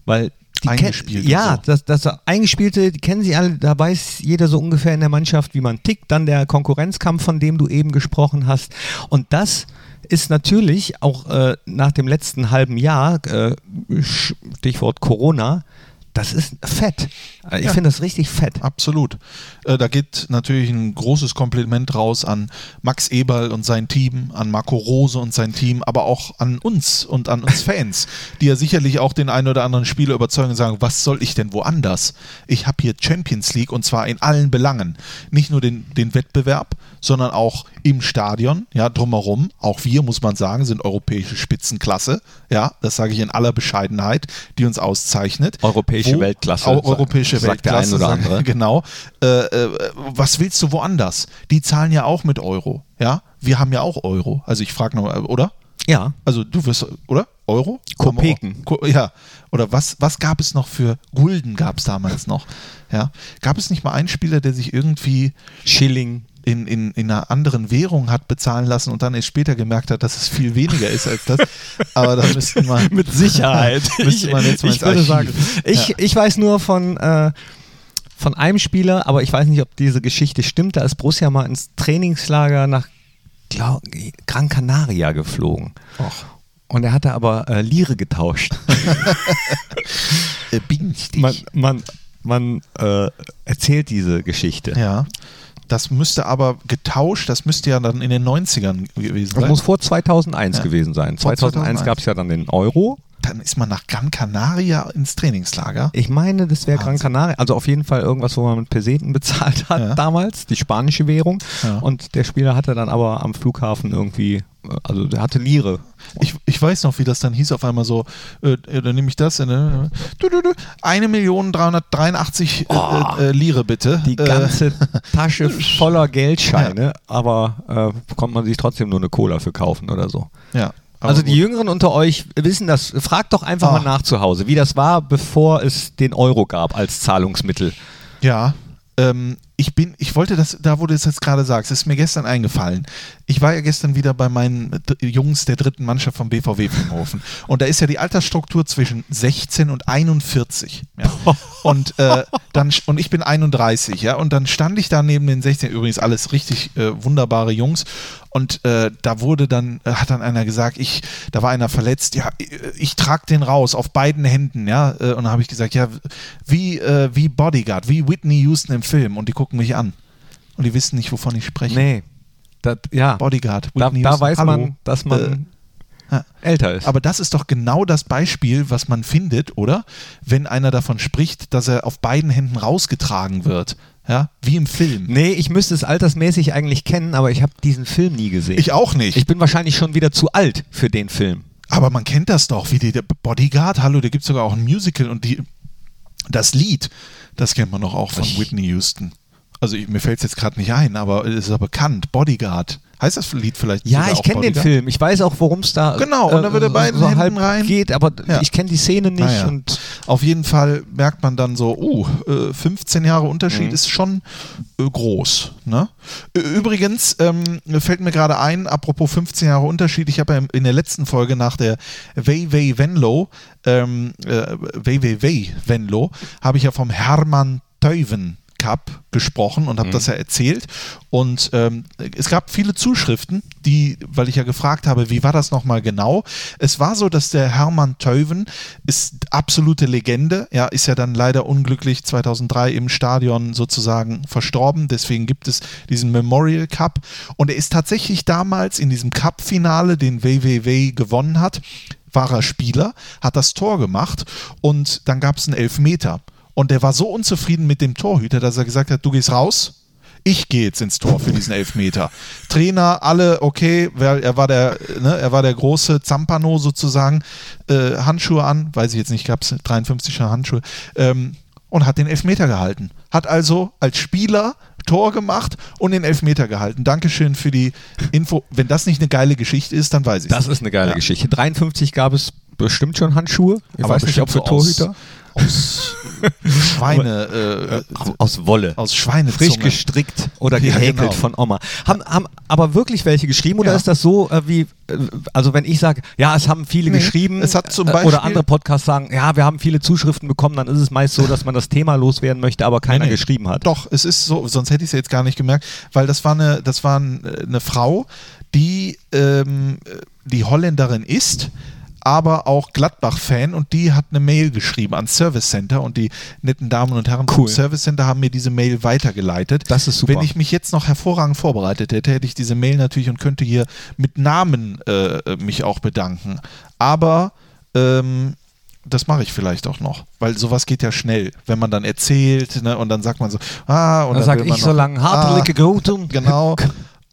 Speaker 3: Weil die ken-
Speaker 1: Eingespielte
Speaker 3: Ja,
Speaker 1: so.
Speaker 3: das, das Eingespielte, die kennen sie alle, da weiß jeder so ungefähr in der Mannschaft, wie man tickt. Dann der Konkurrenzkampf, von dem du eben gesprochen hast. Und das ist natürlich auch äh, nach dem letzten halben Jahr, äh, Stichwort Corona, das ist fett. Äh, Ich finde das richtig fett.
Speaker 1: Absolut. Äh, da geht natürlich ein großes Kompliment raus an Max Eberl und sein Team, an Marco Rose und sein Team, aber auch an uns und an uns Fans, die ja sicherlich auch den einen oder anderen Spieler überzeugen und sagen, was soll ich denn woanders? Ich habe hier Champions League und zwar in allen Belangen. Nicht nur den, den Wettbewerb, sondern auch im Stadion, ja, drumherum. Auch wir, muss man sagen, sind europäische Spitzenklasse. Ja, das sage ich in aller Bescheidenheit, die uns auszeichnet.
Speaker 3: Europäische Weltklasse,
Speaker 1: Au- Europäische
Speaker 3: sagt der
Speaker 1: Weltklasse.
Speaker 3: ein oder
Speaker 1: sagt-
Speaker 3: andere.
Speaker 1: Genau. Äh, äh, was willst du woanders? Die zahlen ja auch mit Euro. Ja, wir haben ja auch Euro. Also ich frage nur, äh, oder?
Speaker 3: Ja.
Speaker 1: Also du wirst, oder? Euro?
Speaker 3: Kopeken.
Speaker 1: Ko ja. Oder was, was gab es noch für Gulden gab es damals noch? Ja. Gab es nicht mal einen Spieler, der sich irgendwie
Speaker 3: Schilling.
Speaker 1: in, in, in einer anderen Währung hat bezahlen lassen und dann erst später gemerkt hat, dass es viel weniger ist als das. Aber da müssten wir
Speaker 3: Mit Sicherheit.
Speaker 1: Müsste man jetzt mal
Speaker 3: ich
Speaker 1: ins
Speaker 3: würde
Speaker 1: Archiv.
Speaker 3: sagen, ich,
Speaker 1: Ja.
Speaker 3: ich weiß nur von, äh, von einem Spieler, aber ich weiß nicht, ob diese Geschichte stimmt. Da ist Borussia mal ins Trainingslager nach glaub, Gran Canaria geflogen. Und er hatte aber äh, Lire getauscht.
Speaker 1: äh, bingstig.
Speaker 3: Man, man, man äh, erzählt diese Geschichte.
Speaker 1: Ja. Das müsste aber getauscht, das müsste ja dann in den 90ern gewesen
Speaker 3: Das
Speaker 1: sein.
Speaker 3: muss vor 2001 gewesen sein.
Speaker 1: Vor
Speaker 3: 2001,
Speaker 1: 2001.
Speaker 3: gab es ja dann den Euro.
Speaker 1: Dann ist man nach Gran Canaria ins Trainingslager.
Speaker 3: Ich meine, das wäre Gran
Speaker 1: Wahnsinn.
Speaker 3: Canaria. Also auf jeden Fall irgendwas, wo man mit Peseten bezahlt hat
Speaker 1: Ja.
Speaker 3: damals, die spanische Währung.
Speaker 1: Ja.
Speaker 3: Und der Spieler hatte dann aber am Flughafen irgendwie, äh, also der hatte Lire.
Speaker 1: Ich, ich weiß noch, wie das dann hieß, auf einmal so, äh, äh, dann nehme ich das, äh, ne, du, du, du, 1.383.000 äh, äh, Lire bitte.
Speaker 3: Oh. Die ganze Tasche voller Geldscheine, aber äh, konnte man sich trotzdem nur eine Cola für kaufen oder so.
Speaker 1: äh, ja, aber
Speaker 3: also die
Speaker 1: gut.
Speaker 3: Jüngeren unter euch wissen das. Fragt doch einfach
Speaker 1: Ah.
Speaker 3: mal nach zu Hause, wie das war, bevor es den Euro gab als Zahlungsmittel.
Speaker 1: Ja, ähm, ich bin, ich wollte das, da wo du es jetzt gerade sagst, ist mir gestern eingefallen. Ich war ja gestern wieder bei meinen D- Jungs der dritten Mannschaft vom BVW Pfaffenhofen. Und da ist ja die Altersstruktur zwischen 16 und 41. Ja. Und, äh, dann, sch- und ich bin 31, ja. Und dann stand ich da neben den 16, übrigens alles richtig äh, wunderbare Jungs. Und äh, da wurde dann, äh, hat dann einer gesagt, ich, da war einer verletzt, ja, ich, ich trag den raus auf beiden Händen, ja. Äh, Und dann habe ich gesagt, ja, wie, äh, wie Bodyguard, wie Whitney Houston im Film. Und die gucken mich an. Und die wissen nicht, wovon ich spreche.
Speaker 3: Nee. Das, ja.
Speaker 1: Bodyguard,
Speaker 3: Da,
Speaker 1: Whitney
Speaker 3: da
Speaker 1: Houston,
Speaker 3: weiß
Speaker 1: hallo.
Speaker 3: man, dass man
Speaker 1: Äh, ja.
Speaker 3: älter ist.
Speaker 1: Aber das ist doch genau das Beispiel, was man findet, oder? Wenn einer davon spricht, dass er auf beiden Händen rausgetragen wird. Ja, wie im Film.
Speaker 3: Nee, ich müsste es altersmäßig eigentlich kennen, aber ich habe diesen Film nie gesehen.
Speaker 1: Ich auch nicht.
Speaker 3: Ich bin wahrscheinlich schon wieder zu alt für den Film.
Speaker 1: Aber man kennt das doch, wie die, der Bodyguard, hallo, da gibt es sogar auch ein Musical und die, das Lied, das kennt man doch auch von Whitney Houston. Also ich, mir fällt es jetzt gerade nicht ein, aber es ist ja bekannt, Bodyguard. Heißt das Lied vielleicht?
Speaker 3: Ja,
Speaker 1: sogar
Speaker 3: ich
Speaker 1: auch
Speaker 3: kenne den
Speaker 1: Bodyguard?
Speaker 3: Film. Ich weiß auch, worum es da äh,
Speaker 1: Genau, und dann wird er beiden
Speaker 3: so
Speaker 1: Händen
Speaker 3: halb
Speaker 1: rein.
Speaker 3: geht, aber
Speaker 1: Ja.
Speaker 3: ich kenne die Szene nicht.
Speaker 1: Naja.
Speaker 3: Und
Speaker 1: Auf jeden Fall merkt man dann so, oh, äh, 15 Jahre Unterschied ist schon äh, groß. Ne? Ü- Übrigens ähm, fällt mir gerade ein, apropos 15 Jahre Unterschied, ich habe ja in der letzten Folge nach der Wei Wei Venlo, ähm, äh, Wei Wei Wei Venlo, habe ich ja vom Hermann Teuven Cup gesprochen und habe das ja erzählt. Und ähm, es gab viele Zuschriften, die, weil ich ja gefragt habe, wie war das nochmal genau? Es war so, dass der Hermann Teuven ist absolute Legende. Ja, ist ja dann leider unglücklich 2003 im Stadion sozusagen verstorben. Deswegen gibt es diesen Memorial Cup. Und er ist tatsächlich damals in diesem Cup-Finale, den WWW gewonnen hat, war er Spieler, hat das Tor gemacht und dann gab es einen Elfmeter. Und der war so unzufrieden mit dem Torhüter, dass er gesagt hat, du gehst raus. Ich gehe jetzt ins Tor für diesen Elfmeter. Trainer, alle okay, weil er war der, ne, er war der große Zampano sozusagen, äh, Handschuhe an, weiß ich jetzt nicht, gab es 53er Handschuhe, ähm, und hat den Elfmeter gehalten. Hat also als Spieler Tor gemacht und den Elfmeter gehalten. Dankeschön für die Info. Wenn das nicht eine geile Geschichte ist, dann weiß ich
Speaker 3: Das ist eine geile Geschichte. 53 gab es bestimmt schon Handschuhe. Ich
Speaker 1: Aber
Speaker 3: weiß nicht, ob für
Speaker 1: bestimmt so aus-
Speaker 3: Torhüter.
Speaker 1: aus Schweine, äh,
Speaker 3: Aus Wolle.
Speaker 1: aus Schweinezunge.
Speaker 3: Frisch gestrickt oder
Speaker 1: Ja,
Speaker 3: gehäkelt
Speaker 1: genau.
Speaker 3: von Oma. Haben, haben aber wirklich welche geschrieben oder
Speaker 1: Ja.
Speaker 3: ist das so äh, wie, äh, also wenn ich sage, ja, es haben viele
Speaker 1: Nee,
Speaker 3: geschrieben
Speaker 1: es hat zum
Speaker 3: äh,
Speaker 1: Beispiel-
Speaker 3: oder andere Podcasts sagen, ja, wir haben viele Zuschriften bekommen, dann ist es meist so, dass man das Thema loswerden möchte, aber keiner
Speaker 1: Nee, nee.
Speaker 3: geschrieben hat.
Speaker 1: Doch, es ist so, sonst hätte ich es ja jetzt gar nicht gemerkt, weil das war eine, das war ein- eine Frau, die ähm, die Holländerin ist, aber auch Gladbach-Fan und die hat eine Mail geschrieben ans Service Center und die netten Damen und Herren vom
Speaker 3: Cool.
Speaker 1: Service Center haben mir diese Mail weitergeleitet.
Speaker 3: Das ist super.
Speaker 1: Wenn ich mich jetzt noch hervorragend vorbereitet hätte, hätte ich diese Mail natürlich und könnte hier mit Namen äh, mich auch bedanken. Aber ähm, das mache ich vielleicht auch noch, weil sowas geht ja schnell, wenn man dann erzählt ne, und dann sagt man so, ah, und
Speaker 3: Dann
Speaker 1: will
Speaker 3: sage
Speaker 1: man
Speaker 3: ich so
Speaker 1: noch-
Speaker 3: lange, hartelige
Speaker 1: ah,
Speaker 3: Groten.
Speaker 1: Genau.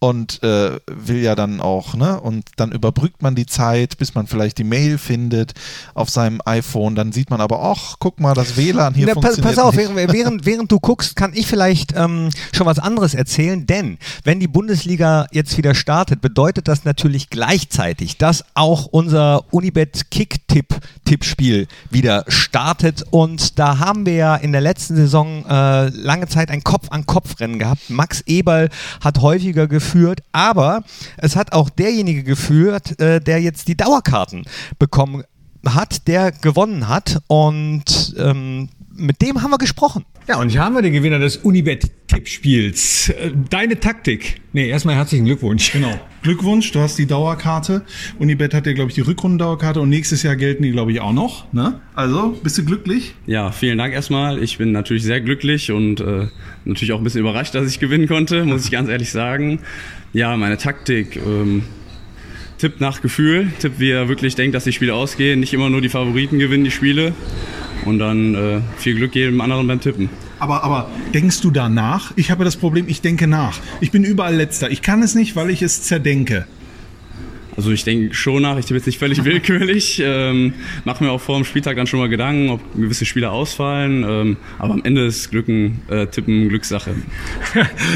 Speaker 1: Und äh, will ja dann auch, ne? Und dann überbrückt man die Zeit, bis man vielleicht die Mail findet auf seinem iPhone. Dann sieht man aber, ach, guck mal, das WLAN hier
Speaker 3: Na, Ne, pass,
Speaker 1: funktioniert.
Speaker 3: pass auf,
Speaker 1: nicht.
Speaker 3: während, während, während du guckst, kann ich vielleicht ähm, schon was anderes erzählen, denn wenn die Bundesliga jetzt wieder startet, bedeutet das natürlich gleichzeitig, dass auch unser Unibet Kick-Tipp-Tippspiel wieder startet und da haben wir ja in der letzten Saison äh, lange Zeit ein Kopf-an-Kopf-Rennen gehabt. Max Eberl hat häufiger geführt, aber es hat auch derjenige geführt, äh, der jetzt die Dauerkarten bekommen hat, der gewonnen hat und ähm, mit dem haben wir gesprochen.
Speaker 8: Ja, und hier haben wir den Gewinner des Unibet-Tippspiels. Äh, Deine Taktik. Nee, erstmal herzlichen Glückwunsch.
Speaker 9: Genau. Glückwunsch, du hast die Dauerkarte. Unibet hat ja, glaube ich, die Rückrundendauerkarte und nächstes Jahr gelten die, glaube ich, auch noch. Ne? Also, bist du glücklich?
Speaker 10: Ja, vielen Dank erstmal. Ich bin natürlich sehr glücklich und äh, natürlich auch ein bisschen überrascht, dass ich gewinnen konnte, muss ich ganz ehrlich sagen. Ja, meine Taktik. Ähm, Tipp nach Gefühl, Tipp, wie er wirklich denkt, dass die Spiele ausgehen. Nicht immer nur die Favoriten gewinnen die Spiele. Und dann äh, viel Glück jedem anderen beim Tippen.
Speaker 9: Aber, aber denkst du da nach? Ich habe das Problem, ich denke nach. Ich bin überall letzter. Ich kann es nicht, weil ich es zerdenke.
Speaker 10: Also ich denke schon nach, ich tippe jetzt nicht völlig willkürlich. Ähm, Mache mir auch vor dem Spieltag dann schon mal Gedanken, ob gewisse Spieler ausfallen. Ähm, aber am Ende ist Glücken, äh, Tippen Glückssache.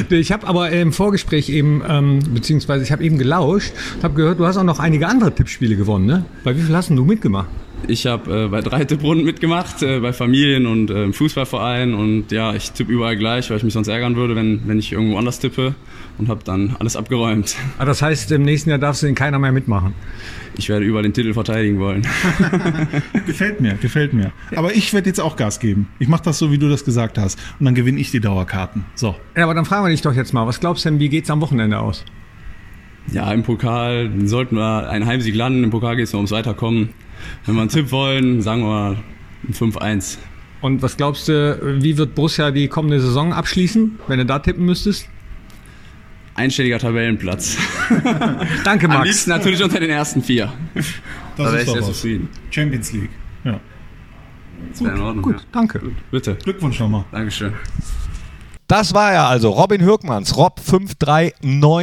Speaker 8: Ich habe aber im Vorgespräch eben, ähm, beziehungsweise ich habe eben gelauscht, habe gehört, du hast auch noch einige andere Tippspiele gewonnen, ne? Bei wie viel hast denn du mitgemacht?
Speaker 10: Ich habe äh, bei drei Tipprunden mitgemacht, äh, bei Familien und äh, im Fußballverein. Und ja, ich tippe überall gleich, weil ich mich sonst ärgern würde, wenn, wenn ich irgendwo anders tippe. Und habe dann alles abgeräumt.
Speaker 8: Ah, das heißt, im nächsten Jahr darfst du in keiner mehr mitmachen.
Speaker 10: Ich werde überall den Titel verteidigen wollen.
Speaker 9: Gefällt mir, gefällt mir. Aber ich werde jetzt auch Gas geben. Ich mache das so, wie du das gesagt hast. Und dann gewinne ich die Dauerkarten. So.
Speaker 8: Ja, aber dann fragen wir dich doch jetzt mal, was glaubst du denn, wie geht's am Wochenende aus?
Speaker 10: Ja, im Pokal sollten wir einen Heimsieg landen. Im Pokal geht es nur ums Weiterkommen. Wenn wir einen Tipp wollen, sagen wir mal ein 5-1.
Speaker 8: Und was glaubst du, wie wird Borussia die kommende Saison abschließen, wenn du da tippen müsstest?
Speaker 10: Einstelliger Tabellenplatz.
Speaker 8: Danke,
Speaker 10: Am
Speaker 8: Max.
Speaker 10: liebsten natürlich unter den ersten vier.
Speaker 9: Das
Speaker 10: Da wäre
Speaker 9: ist
Speaker 10: ich
Speaker 9: doch
Speaker 10: sehr
Speaker 9: was.
Speaker 10: zufrieden.
Speaker 9: Champions League. Ja.
Speaker 10: Das wäre in Ordnung.
Speaker 8: Gut, danke.
Speaker 10: Ja. Bitte.
Speaker 9: Glückwunsch nochmal.
Speaker 10: Dankeschön.
Speaker 3: Das war er also, Robin Hürkmanns, Rob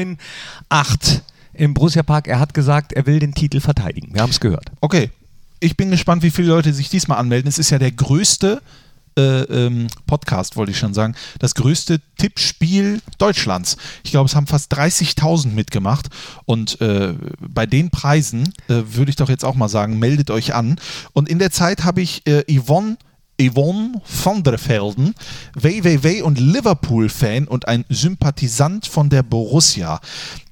Speaker 3: 5398 im Borussia Park. Er hat gesagt, er will den Titel verteidigen. Wir haben es gehört.
Speaker 1: Okay. Ich bin gespannt, wie viele Leute sich diesmal anmelden. Es ist ja der größte äh, ähm, Podcast, wollte ich schon sagen. Das größte Tippspiel Deutschlands. Ich glaube, es haben fast 30.000 mitgemacht. Und äh, bei den Preisen äh, würde ich doch jetzt auch mal sagen, meldet euch an. Und in der Zeit habe ich äh, Yvonne Yvonne van der Velden, WWW und Liverpool-Fan und ein Sympathisant von der Borussia.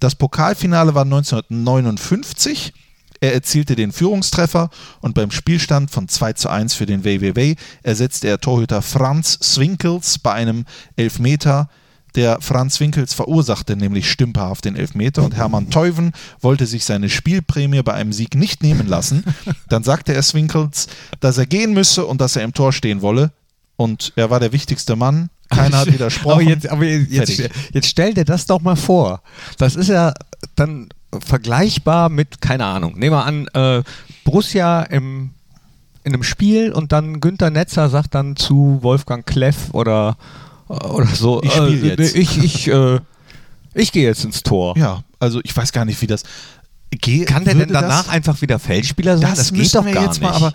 Speaker 1: Das Pokalfinale war 1959. Er erzielte den Führungstreffer und beim Spielstand von 2 zu 1 für den WWW ersetzte er Torhüter Franz Swinkels bei einem Elfmeter, der Franz Winkels verursachte, nämlich stümperhaft den Elfmeter und Hermann Teuven wollte sich seine Spielprämie bei einem Sieg nicht nehmen lassen. Dann sagte er Swinkels, dass er gehen müsse und dass er im Tor stehen wolle und er war der wichtigste Mann. Keiner hat widersprochen.
Speaker 3: Aber Oh, jetzt, aber jetzt,
Speaker 1: Fertig.
Speaker 3: jetzt, jetzt stell dir das doch mal vor. Das ist ja dann vergleichbar mit, keine Ahnung, nehmen wir an, äh, Borussia im, in einem Spiel und dann Günther Netzer sagt dann zu Wolfgang Kleff oder, oder so,
Speaker 1: Ich spiel
Speaker 3: äh,
Speaker 1: jetzt.
Speaker 3: nee, ich, ich, äh, ich gehe jetzt ins Tor.
Speaker 1: Ja, also ich weiß gar nicht, wie das. Ge
Speaker 3: Kann der denn
Speaker 1: würde das-
Speaker 3: danach einfach wieder Feldspieler sein?
Speaker 1: Das, müssen wir jetzt mal, aber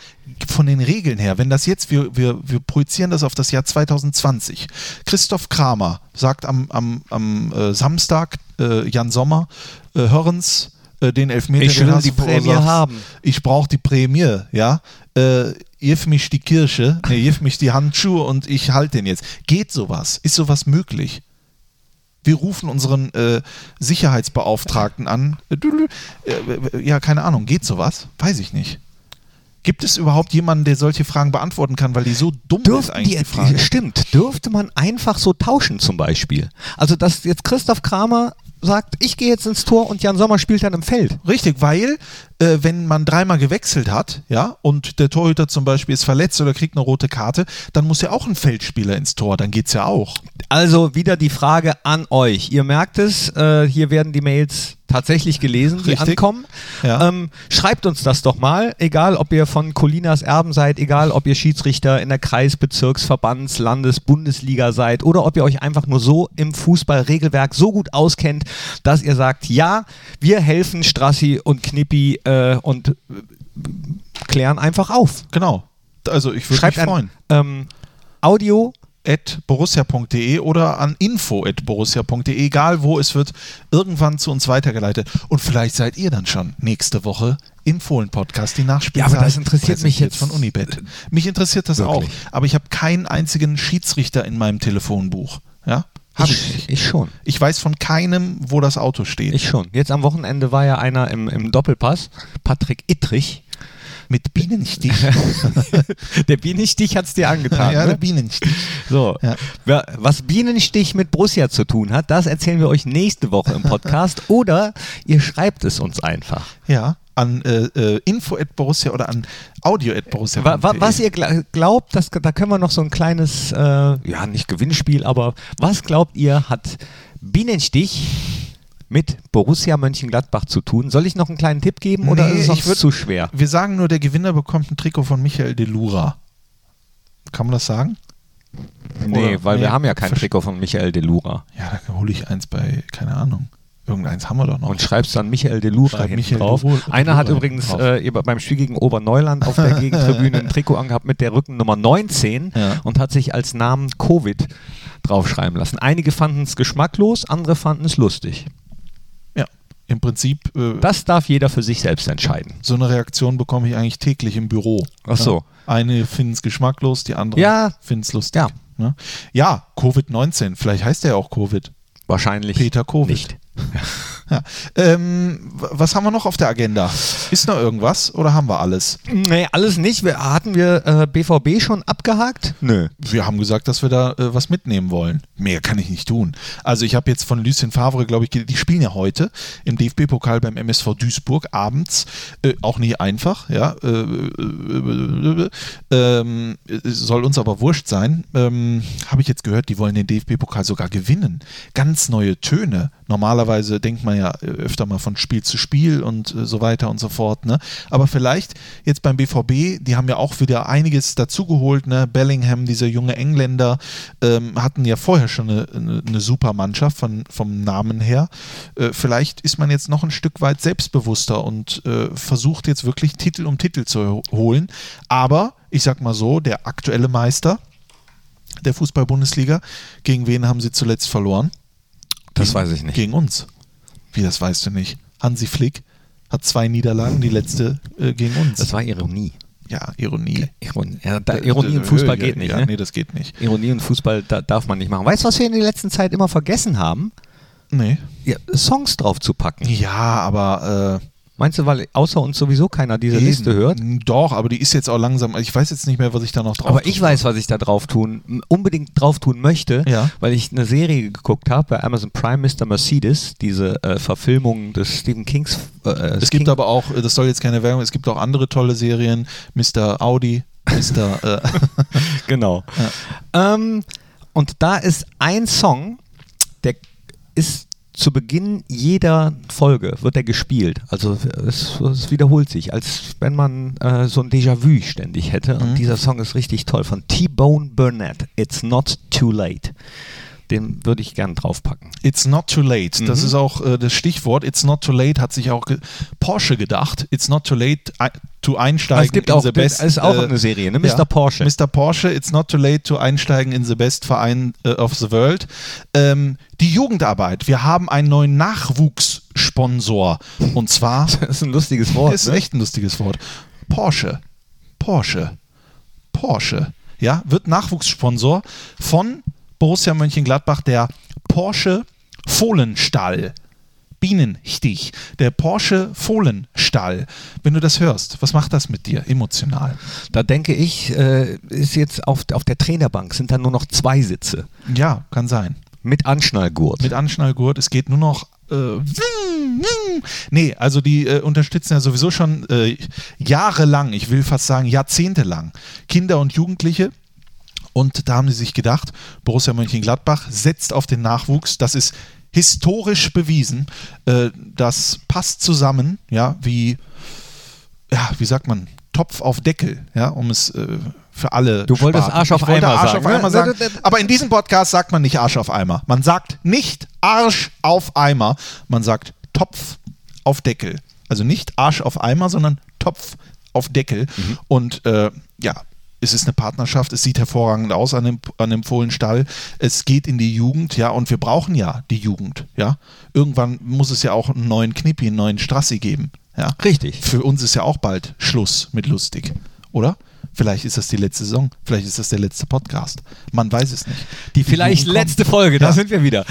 Speaker 1: von den Regeln her, wenn das jetzt, wir, wir, wir projizieren das auf das Jahr 2020. Christoph Kramer sagt am, am, am äh, Samstag, äh, Jan Sommer, äh, Hörens, äh, den Elfmeter,
Speaker 3: Ich
Speaker 1: den
Speaker 3: will
Speaker 1: hast
Speaker 3: die
Speaker 1: du
Speaker 3: Prämie
Speaker 1: verursacht.
Speaker 3: haben.
Speaker 1: Ich brauche die Prämie, ja. Äh, Jif mich die Kirsche, nee, jif mich die Handschuhe und ich halte den jetzt. Geht sowas? Ist sowas möglich? Wir rufen unseren äh, Sicherheitsbeauftragten an. Äh, dü- dü- äh, Ja, keine Ahnung. Geht sowas? Weiß ich nicht. Gibt es überhaupt jemanden, der solche Fragen beantworten kann, weil die so dumm ist
Speaker 3: Dürften
Speaker 1: eigentlich,
Speaker 3: die,
Speaker 1: die, Frage?
Speaker 3: stimmt, dürfte man einfach so tauschen zum Beispiel. Also, dass jetzt Christoph Kramer sagt, ich gehe jetzt ins Tor und Jan Sommer spielt dann im Feld.
Speaker 1: Richtig, weil äh, wenn man dreimal gewechselt hat, ja, und der Torhüter zum Beispiel ist verletzt oder kriegt eine rote Karte, dann muss ja auch ein Feldspieler ins Tor, dann geht's ja auch.
Speaker 3: Also wieder die Frage an euch. Ihr merkt es, äh, hier werden die Mails tatsächlich gelesen, die
Speaker 1: Richtig.
Speaker 3: ankommen.
Speaker 1: Ja.
Speaker 3: Ähm, schreibt uns das doch mal, egal ob ihr von Colinas Erben seid, egal ob ihr Schiedsrichter in der Kreis-, Bezirks-, Verbands-, Landes-, Bundesliga seid oder ob ihr euch einfach nur so im Fußballregelwerk so gut auskennt, dass ihr sagt, ja, wir helfen Strassi und Knippi äh, und äh, klären einfach auf.
Speaker 1: Genau. Also ich würde mich
Speaker 3: Schreibt
Speaker 1: freuen.
Speaker 3: an ähm, Audio
Speaker 1: at borussia.de oder an info at borussia.de, egal wo es wird, irgendwann zu uns weitergeleitet. Und vielleicht seid ihr dann schon nächste Woche im Fohlen-Podcast die Nachspielzeit.
Speaker 3: Ja, aber das interessiert mich
Speaker 1: präsentiert
Speaker 3: jetzt-
Speaker 1: von Unibet. Mich interessiert das
Speaker 3: Wirklich.
Speaker 1: auch, aber ich habe keinen einzigen Schiedsrichter in meinem Telefonbuch. Ja, habe ich nicht.
Speaker 3: ich schon.
Speaker 1: Ich weiß von keinem, wo das Auto steht.
Speaker 3: Ich schon. Jetzt am Wochenende war ja einer im, im Doppelpass, Patrick Ittrich.
Speaker 1: Mit Bienenstich.
Speaker 3: Der Bienenstich hat's dir angetan.
Speaker 1: ja,
Speaker 3: ne?
Speaker 1: der Bienenstich.
Speaker 3: So.
Speaker 1: Ja.
Speaker 3: Wer- Was Bienenstich mit Borussia zu tun hat, das erzählen wir euch nächste Woche im Podcast. oder ihr schreibt es uns einfach.
Speaker 1: Ja, an äh, äh, info at borussia oder an audio at borussia.
Speaker 3: Wa wa was ihr gla glaubt, das, da können wir noch so ein kleines, äh, ja, nicht Gewinnspiel, aber was glaubt ihr, hat Bienenstich mit Borussia Mönchengladbach zu tun? Soll ich noch einen kleinen Tipp geben oder
Speaker 1: Nee,
Speaker 3: ist es
Speaker 1: ich
Speaker 3: sonst
Speaker 1: würd-
Speaker 3: zu schwer?
Speaker 1: Wir sagen nur, der Gewinner bekommt ein Trikot von Michael de Lura. Kann man das sagen?
Speaker 3: Nee,
Speaker 1: Oder-
Speaker 3: weil
Speaker 1: nee,
Speaker 3: wir haben ja kein Trikot von Michael Delura.
Speaker 1: Ja, da hole ich eins bei, keine Ahnung. Irgendeins haben wir doch noch.
Speaker 3: Und schreibst dann Michael de Lura
Speaker 1: Schreib
Speaker 3: hinten
Speaker 1: Michael
Speaker 3: drauf.
Speaker 1: de Lura-
Speaker 3: Einer hat
Speaker 1: Lura
Speaker 3: übrigens
Speaker 1: drauf.
Speaker 3: äh, ihr- beim Spiel gegen Oberneuland auf der Gegentribüne ein Trikot angehabt mit der Rückennummer 19
Speaker 1: Ja.
Speaker 3: und hat sich als Namen Covid draufschreiben lassen. Einige fanden es geschmacklos, andere fanden es lustig.
Speaker 1: ja, im Prinzip, äh,
Speaker 3: Das darf jeder für sich selbst entscheiden.
Speaker 1: so eine Reaktion bekomme ich eigentlich täglich im Büro.
Speaker 3: Ach so.
Speaker 1: Ja, eine finden es geschmacklos, die andere
Speaker 3: Ja.
Speaker 1: finden es lustig.
Speaker 3: Ja.
Speaker 1: Ne? ja Covid-19, vielleicht heißt der ja auch Covid.
Speaker 3: Wahrscheinlich
Speaker 1: Peter Covid.
Speaker 3: nicht.
Speaker 1: Ja. Ähm, w- was haben wir noch auf der Agenda? Ist noch irgendwas oder haben wir alles?
Speaker 3: Nee, alles nicht. Wir, hatten wir äh, BVB schon abgehakt? Nö.
Speaker 1: wir haben gesagt, dass wir da äh, was mitnehmen wollen. Mehr kann ich nicht tun. Also ich habe jetzt von Lucien Favre, glaube ich, ge- die spielen ja heute im DFB-Pokal beim MSV Duisburg abends. Äh, auch nicht einfach, ja. Äh, äh, äh, ähm, äh, soll uns aber wurscht sein. Ähm, habe ich jetzt gehört, die wollen den DFB-Pokal sogar gewinnen. Ganz neue Töne. Normalerweise denkt man ja äh, öfter mal von Spiel zu Spiel und äh, so weiter und so fort. Ne? Aber vielleicht jetzt beim BVB, die haben ja auch wieder einiges dazugeholt. Ne? Bellingham, dieser junge Engländer, ähm, hatten ja vorher schon eine, eine, eine super Mannschaft von, vom Namen her. Äh, vielleicht ist man jetzt noch ein Stück weit selbstbewusster und äh, versucht jetzt wirklich Titel um Titel zu ho- holen. Aber ich sag mal so, der aktuelle Meister der Fußball-Bundesliga, gegen wen haben sie zuletzt verloren?
Speaker 3: Das weiß ich nicht.
Speaker 1: Gegen uns. Wie, das weißt du nicht. Hansi Flick hat zwei Niederlagen, die letzte äh, gegen uns.
Speaker 3: Das war Ironie.
Speaker 1: ja, Ironie. Äh,
Speaker 3: Ironie, ja, da, Ironie und Fußball geht nicht.
Speaker 1: Ja,
Speaker 3: ne?
Speaker 1: Nee, das geht nicht.
Speaker 3: Ironie und Fußball da, darf man nicht machen. Weißt du, was wir in der letzten Zeit immer vergessen haben?
Speaker 1: Nee.
Speaker 3: Ja, Songs drauf zu packen.
Speaker 1: Ja, aber äh,
Speaker 3: Meinst du, weil außer uns sowieso keiner diese
Speaker 1: Eben.
Speaker 3: Liste hört?
Speaker 1: Doch, aber die ist jetzt auch langsam. Ich weiß jetzt nicht mehr, was ich da noch drauf
Speaker 3: Aber ich weiß, was ich da drauf tun, m- unbedingt drauf tun möchte,
Speaker 1: Ja.
Speaker 3: weil ich eine Serie geguckt habe bei Amazon Prime, Mr. Mercedes, diese äh, Verfilmung des Stephen Kings. Äh,
Speaker 1: Es gibt aber auch, äh, das soll jetzt keine Werbung, es gibt auch andere tolle Serien, Mr. Audi, Mr. äh,
Speaker 3: genau. Ähm, und da ist ein Song, der ist zu Beginn jeder Folge wird er gespielt. Also es, es wiederholt sich, als wenn man äh, so ein Déjà-vu ständig hätte.
Speaker 1: Mhm.
Speaker 3: Und dieser Song ist richtig toll von T-Bone Burnett. It's not too late. Den würde ich gern draufpacken.
Speaker 1: It's not too late. Das
Speaker 3: Mhm.
Speaker 1: ist auch äh, das Stichwort. It's not too late hat sich auch ge Porsche gedacht. It's not too late ei- to einsteigen
Speaker 3: Es gibt auch-
Speaker 1: the
Speaker 3: das
Speaker 1: best.
Speaker 3: ist auch eine Serie, ne? Mr. Porsche.
Speaker 1: Mr. Porsche. It's not too late to einsteigen in the best Verein äh, of the world. Ähm, die Jugendarbeit. Wir haben einen neuen Nachwuchssponsor und zwar
Speaker 3: Das ist ein lustiges Wort.
Speaker 1: ist
Speaker 3: ne?
Speaker 1: echt ein lustiges Wort. Porsche. Porsche. Porsche. Ja, wird Nachwuchssponsor von Borussia Mönchengladbach der Porsche Fohlenstall. Bienenstich. Der Porsche Fohlenstall. Wenn du das hörst, was macht das mit dir emotional?
Speaker 3: Da denke ich, äh, ist jetzt auf, auf der Trainerbank sind dann nur noch zwei Sitze
Speaker 1: Ja, kann sein.
Speaker 3: mit Anschnallgurt.
Speaker 1: Mit Anschnallgurt, es geht nur noch. Äh, wum, wum. nee, also die äh, unterstützen ja sowieso schon äh, jahrelang, ich will fast sagen jahrzehntelang, Kinder und Jugendliche. Und da haben sie sich gedacht, Borussia Mönchengladbach setzt auf den Nachwuchs. Das ist historisch bewiesen. Äh, das passt zusammen, ja, wie, ja, wie sagt man, Topf auf Deckel, ja, um es äh, für alle.
Speaker 3: Du wolltest Arsch auf
Speaker 1: ich wollte
Speaker 3: Eimer
Speaker 1: Arsch
Speaker 3: sagen,
Speaker 1: Auf
Speaker 3: ne?
Speaker 1: Eimer sagen. Aber in diesem Podcast sagt man nicht Arsch auf Eimer. Man sagt nicht Arsch auf Eimer. Man sagt Topf auf Deckel. Also nicht Arsch auf Eimer, sondern Topf auf Deckel. Und äh, ja, es ist eine Partnerschaft. Es sieht hervorragend aus an dem, an dem Fohlenstall. Es geht in die Jugend, ja. Und wir brauchen ja die Jugend, ja. Irgendwann muss es ja auch einen neuen Knippi, einen neuen Strassi geben. Ja.
Speaker 3: Richtig.
Speaker 1: Für uns ist ja auch bald Schluss mit lustig, oder? Vielleicht ist das die letzte Saison, vielleicht ist das der letzte Podcast. Man weiß es nicht.
Speaker 3: Die vielleicht
Speaker 1: Jugend kommt.
Speaker 3: letzte Folge, da
Speaker 1: Ja.
Speaker 3: sind wir wieder.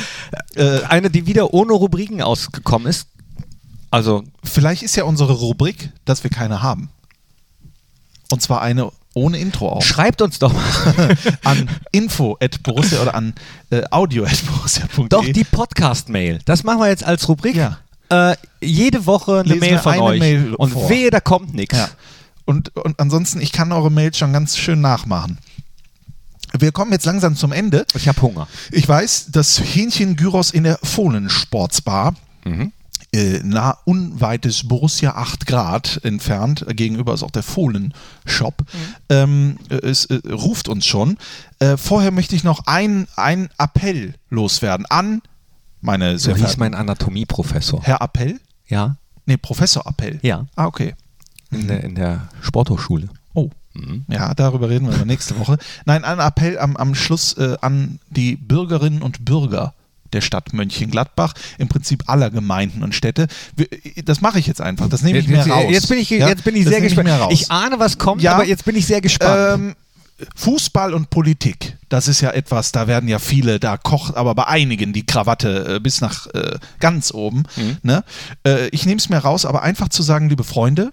Speaker 3: Äh, eine, die wieder ohne Rubriken ausgekommen ist. Also,
Speaker 1: Vielleicht ist ja unsere Rubrik, dass wir keine haben. Und zwar eine ohne Intro auch.
Speaker 3: schreibt uns doch mal.
Speaker 1: an info at Borussia oder an äh, audio at borussia.de.
Speaker 3: doch die Podcast-Mail. Das machen wir jetzt als Rubrik.
Speaker 1: Ja.
Speaker 3: Äh, jede Woche eine
Speaker 1: Lesen
Speaker 3: Mail
Speaker 1: wir
Speaker 3: von
Speaker 1: eine
Speaker 3: euch.
Speaker 1: Mail
Speaker 3: Und
Speaker 1: vor.
Speaker 3: wehe, da kommt nichts.
Speaker 1: Ja. Und, und ansonsten, ich kann eure Mails schon ganz schön nachmachen. Wir kommen jetzt langsam zum Ende.
Speaker 3: Ich habe Hunger.
Speaker 1: Ich weiß, das Hähnchen-Gyros in der Fohlensportsbar,
Speaker 3: Mhm.
Speaker 1: äh, nah unweit des Borussia 8 Grad entfernt, gegenüber ist auch der Fohlen-Shop, ähm, äh, es, äh, ruft uns schon. Äh, vorher möchte ich noch einen einen Appell loswerden an meine
Speaker 3: So
Speaker 1: sehr
Speaker 3: hieß
Speaker 1: verehrten
Speaker 3: mein Anatomieprofessor.
Speaker 1: Herr Appell?
Speaker 3: Ja,
Speaker 1: Nee, Professor Appell.
Speaker 3: Ja.
Speaker 1: Ah, okay.
Speaker 3: in der, in der Sporthochschule.
Speaker 1: Oh. Ja, darüber reden wir aber nächste Woche. Nein, ein Appell am, am Schluss äh, an die Bürgerinnen und Bürger der Stadt Mönchengladbach, im Prinzip aller Gemeinden und Städte. Wir- äh, Das mache ich jetzt einfach, das nehme ich mir
Speaker 3: jetzt,
Speaker 1: raus.
Speaker 3: jetzt bin ich,
Speaker 1: Ja,
Speaker 3: jetzt bin ich
Speaker 1: das
Speaker 3: sehr
Speaker 1: nehme
Speaker 3: gespannt.
Speaker 1: mir raus.
Speaker 3: Ich, ahne, was kommt,
Speaker 1: Ja.
Speaker 3: aber jetzt bin ich sehr gespannt.
Speaker 1: Ähm, Fußball und Politik, das ist ja etwas, da werden ja viele, da kocht aber bei einigen die Krawatte äh, bis nach äh, ganz oben.
Speaker 3: Mhm.
Speaker 1: Ne? Äh, ich nehme es mir raus, aber einfach zu sagen, liebe Freunde,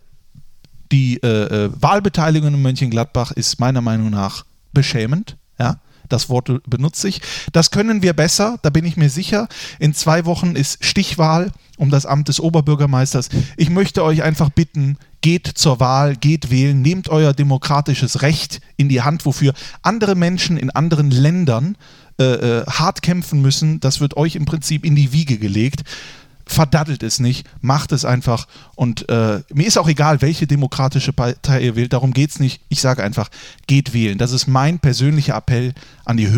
Speaker 1: die äh, äh, Wahlbeteiligung in Mönchengladbach ist meiner Meinung nach beschämend. Ja? Das Wort benutze ich. Das können wir besser, da bin ich mir sicher. In zwei Wochen ist Stichwahl um das Amt des Oberbürgermeisters. Ich möchte euch einfach bitten, geht zur Wahl, geht wählen, nehmt euer demokratisches Recht in die Hand, wofür andere Menschen in anderen Ländern äh, äh, hart kämpfen müssen. Das wird euch im Prinzip in die Wiege gelegt verdattelt es nicht, macht es einfach. Und äh, mir ist auch egal, welche demokratische Partei ihr wählt, darum geht es nicht. Ich sage einfach, geht wählen. Das ist mein persönlicher Appell an die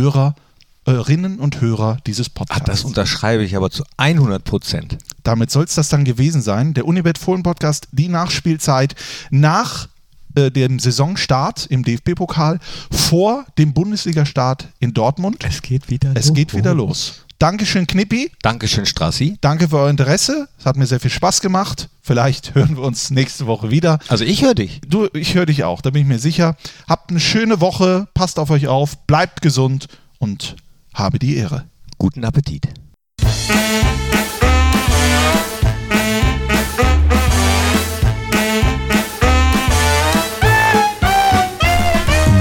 Speaker 1: Hörerinnen und Hörer dieses
Speaker 3: Ach,
Speaker 1: Podcasts.
Speaker 3: das unterschreibe ich aber zu 100 Prozent.
Speaker 1: Damit soll es das dann gewesen sein. Der Unibet Fohlen Podcast, die Nachspielzeit nach äh, dem Saisonstart im DFB-Pokal vor dem Bundesliga-Start in Dortmund.
Speaker 3: Es geht wieder Oh.
Speaker 1: Es geht wieder los. Dankeschön, Knippi.
Speaker 3: Dankeschön, Strassi.
Speaker 1: Danke für euer Interesse. Es hat mir sehr viel Spaß gemacht. Vielleicht hören wir uns nächste Woche wieder.
Speaker 3: Also ich höre dich.
Speaker 1: Du, ich höre dich auch, da bin ich mir sicher. Habt eine schöne Woche, passt auf euch auf, bleibt gesund und habe die Ehre.
Speaker 3: Guten Appetit.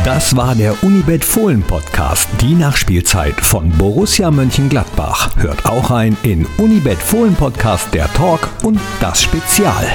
Speaker 2: Das war der Unibet Fohlen Podcast, die Nachspielzeit von Borussia Mönchengladbach. Hört auch ein in Unibet Fohlen Podcast, der Talk und das Spezial.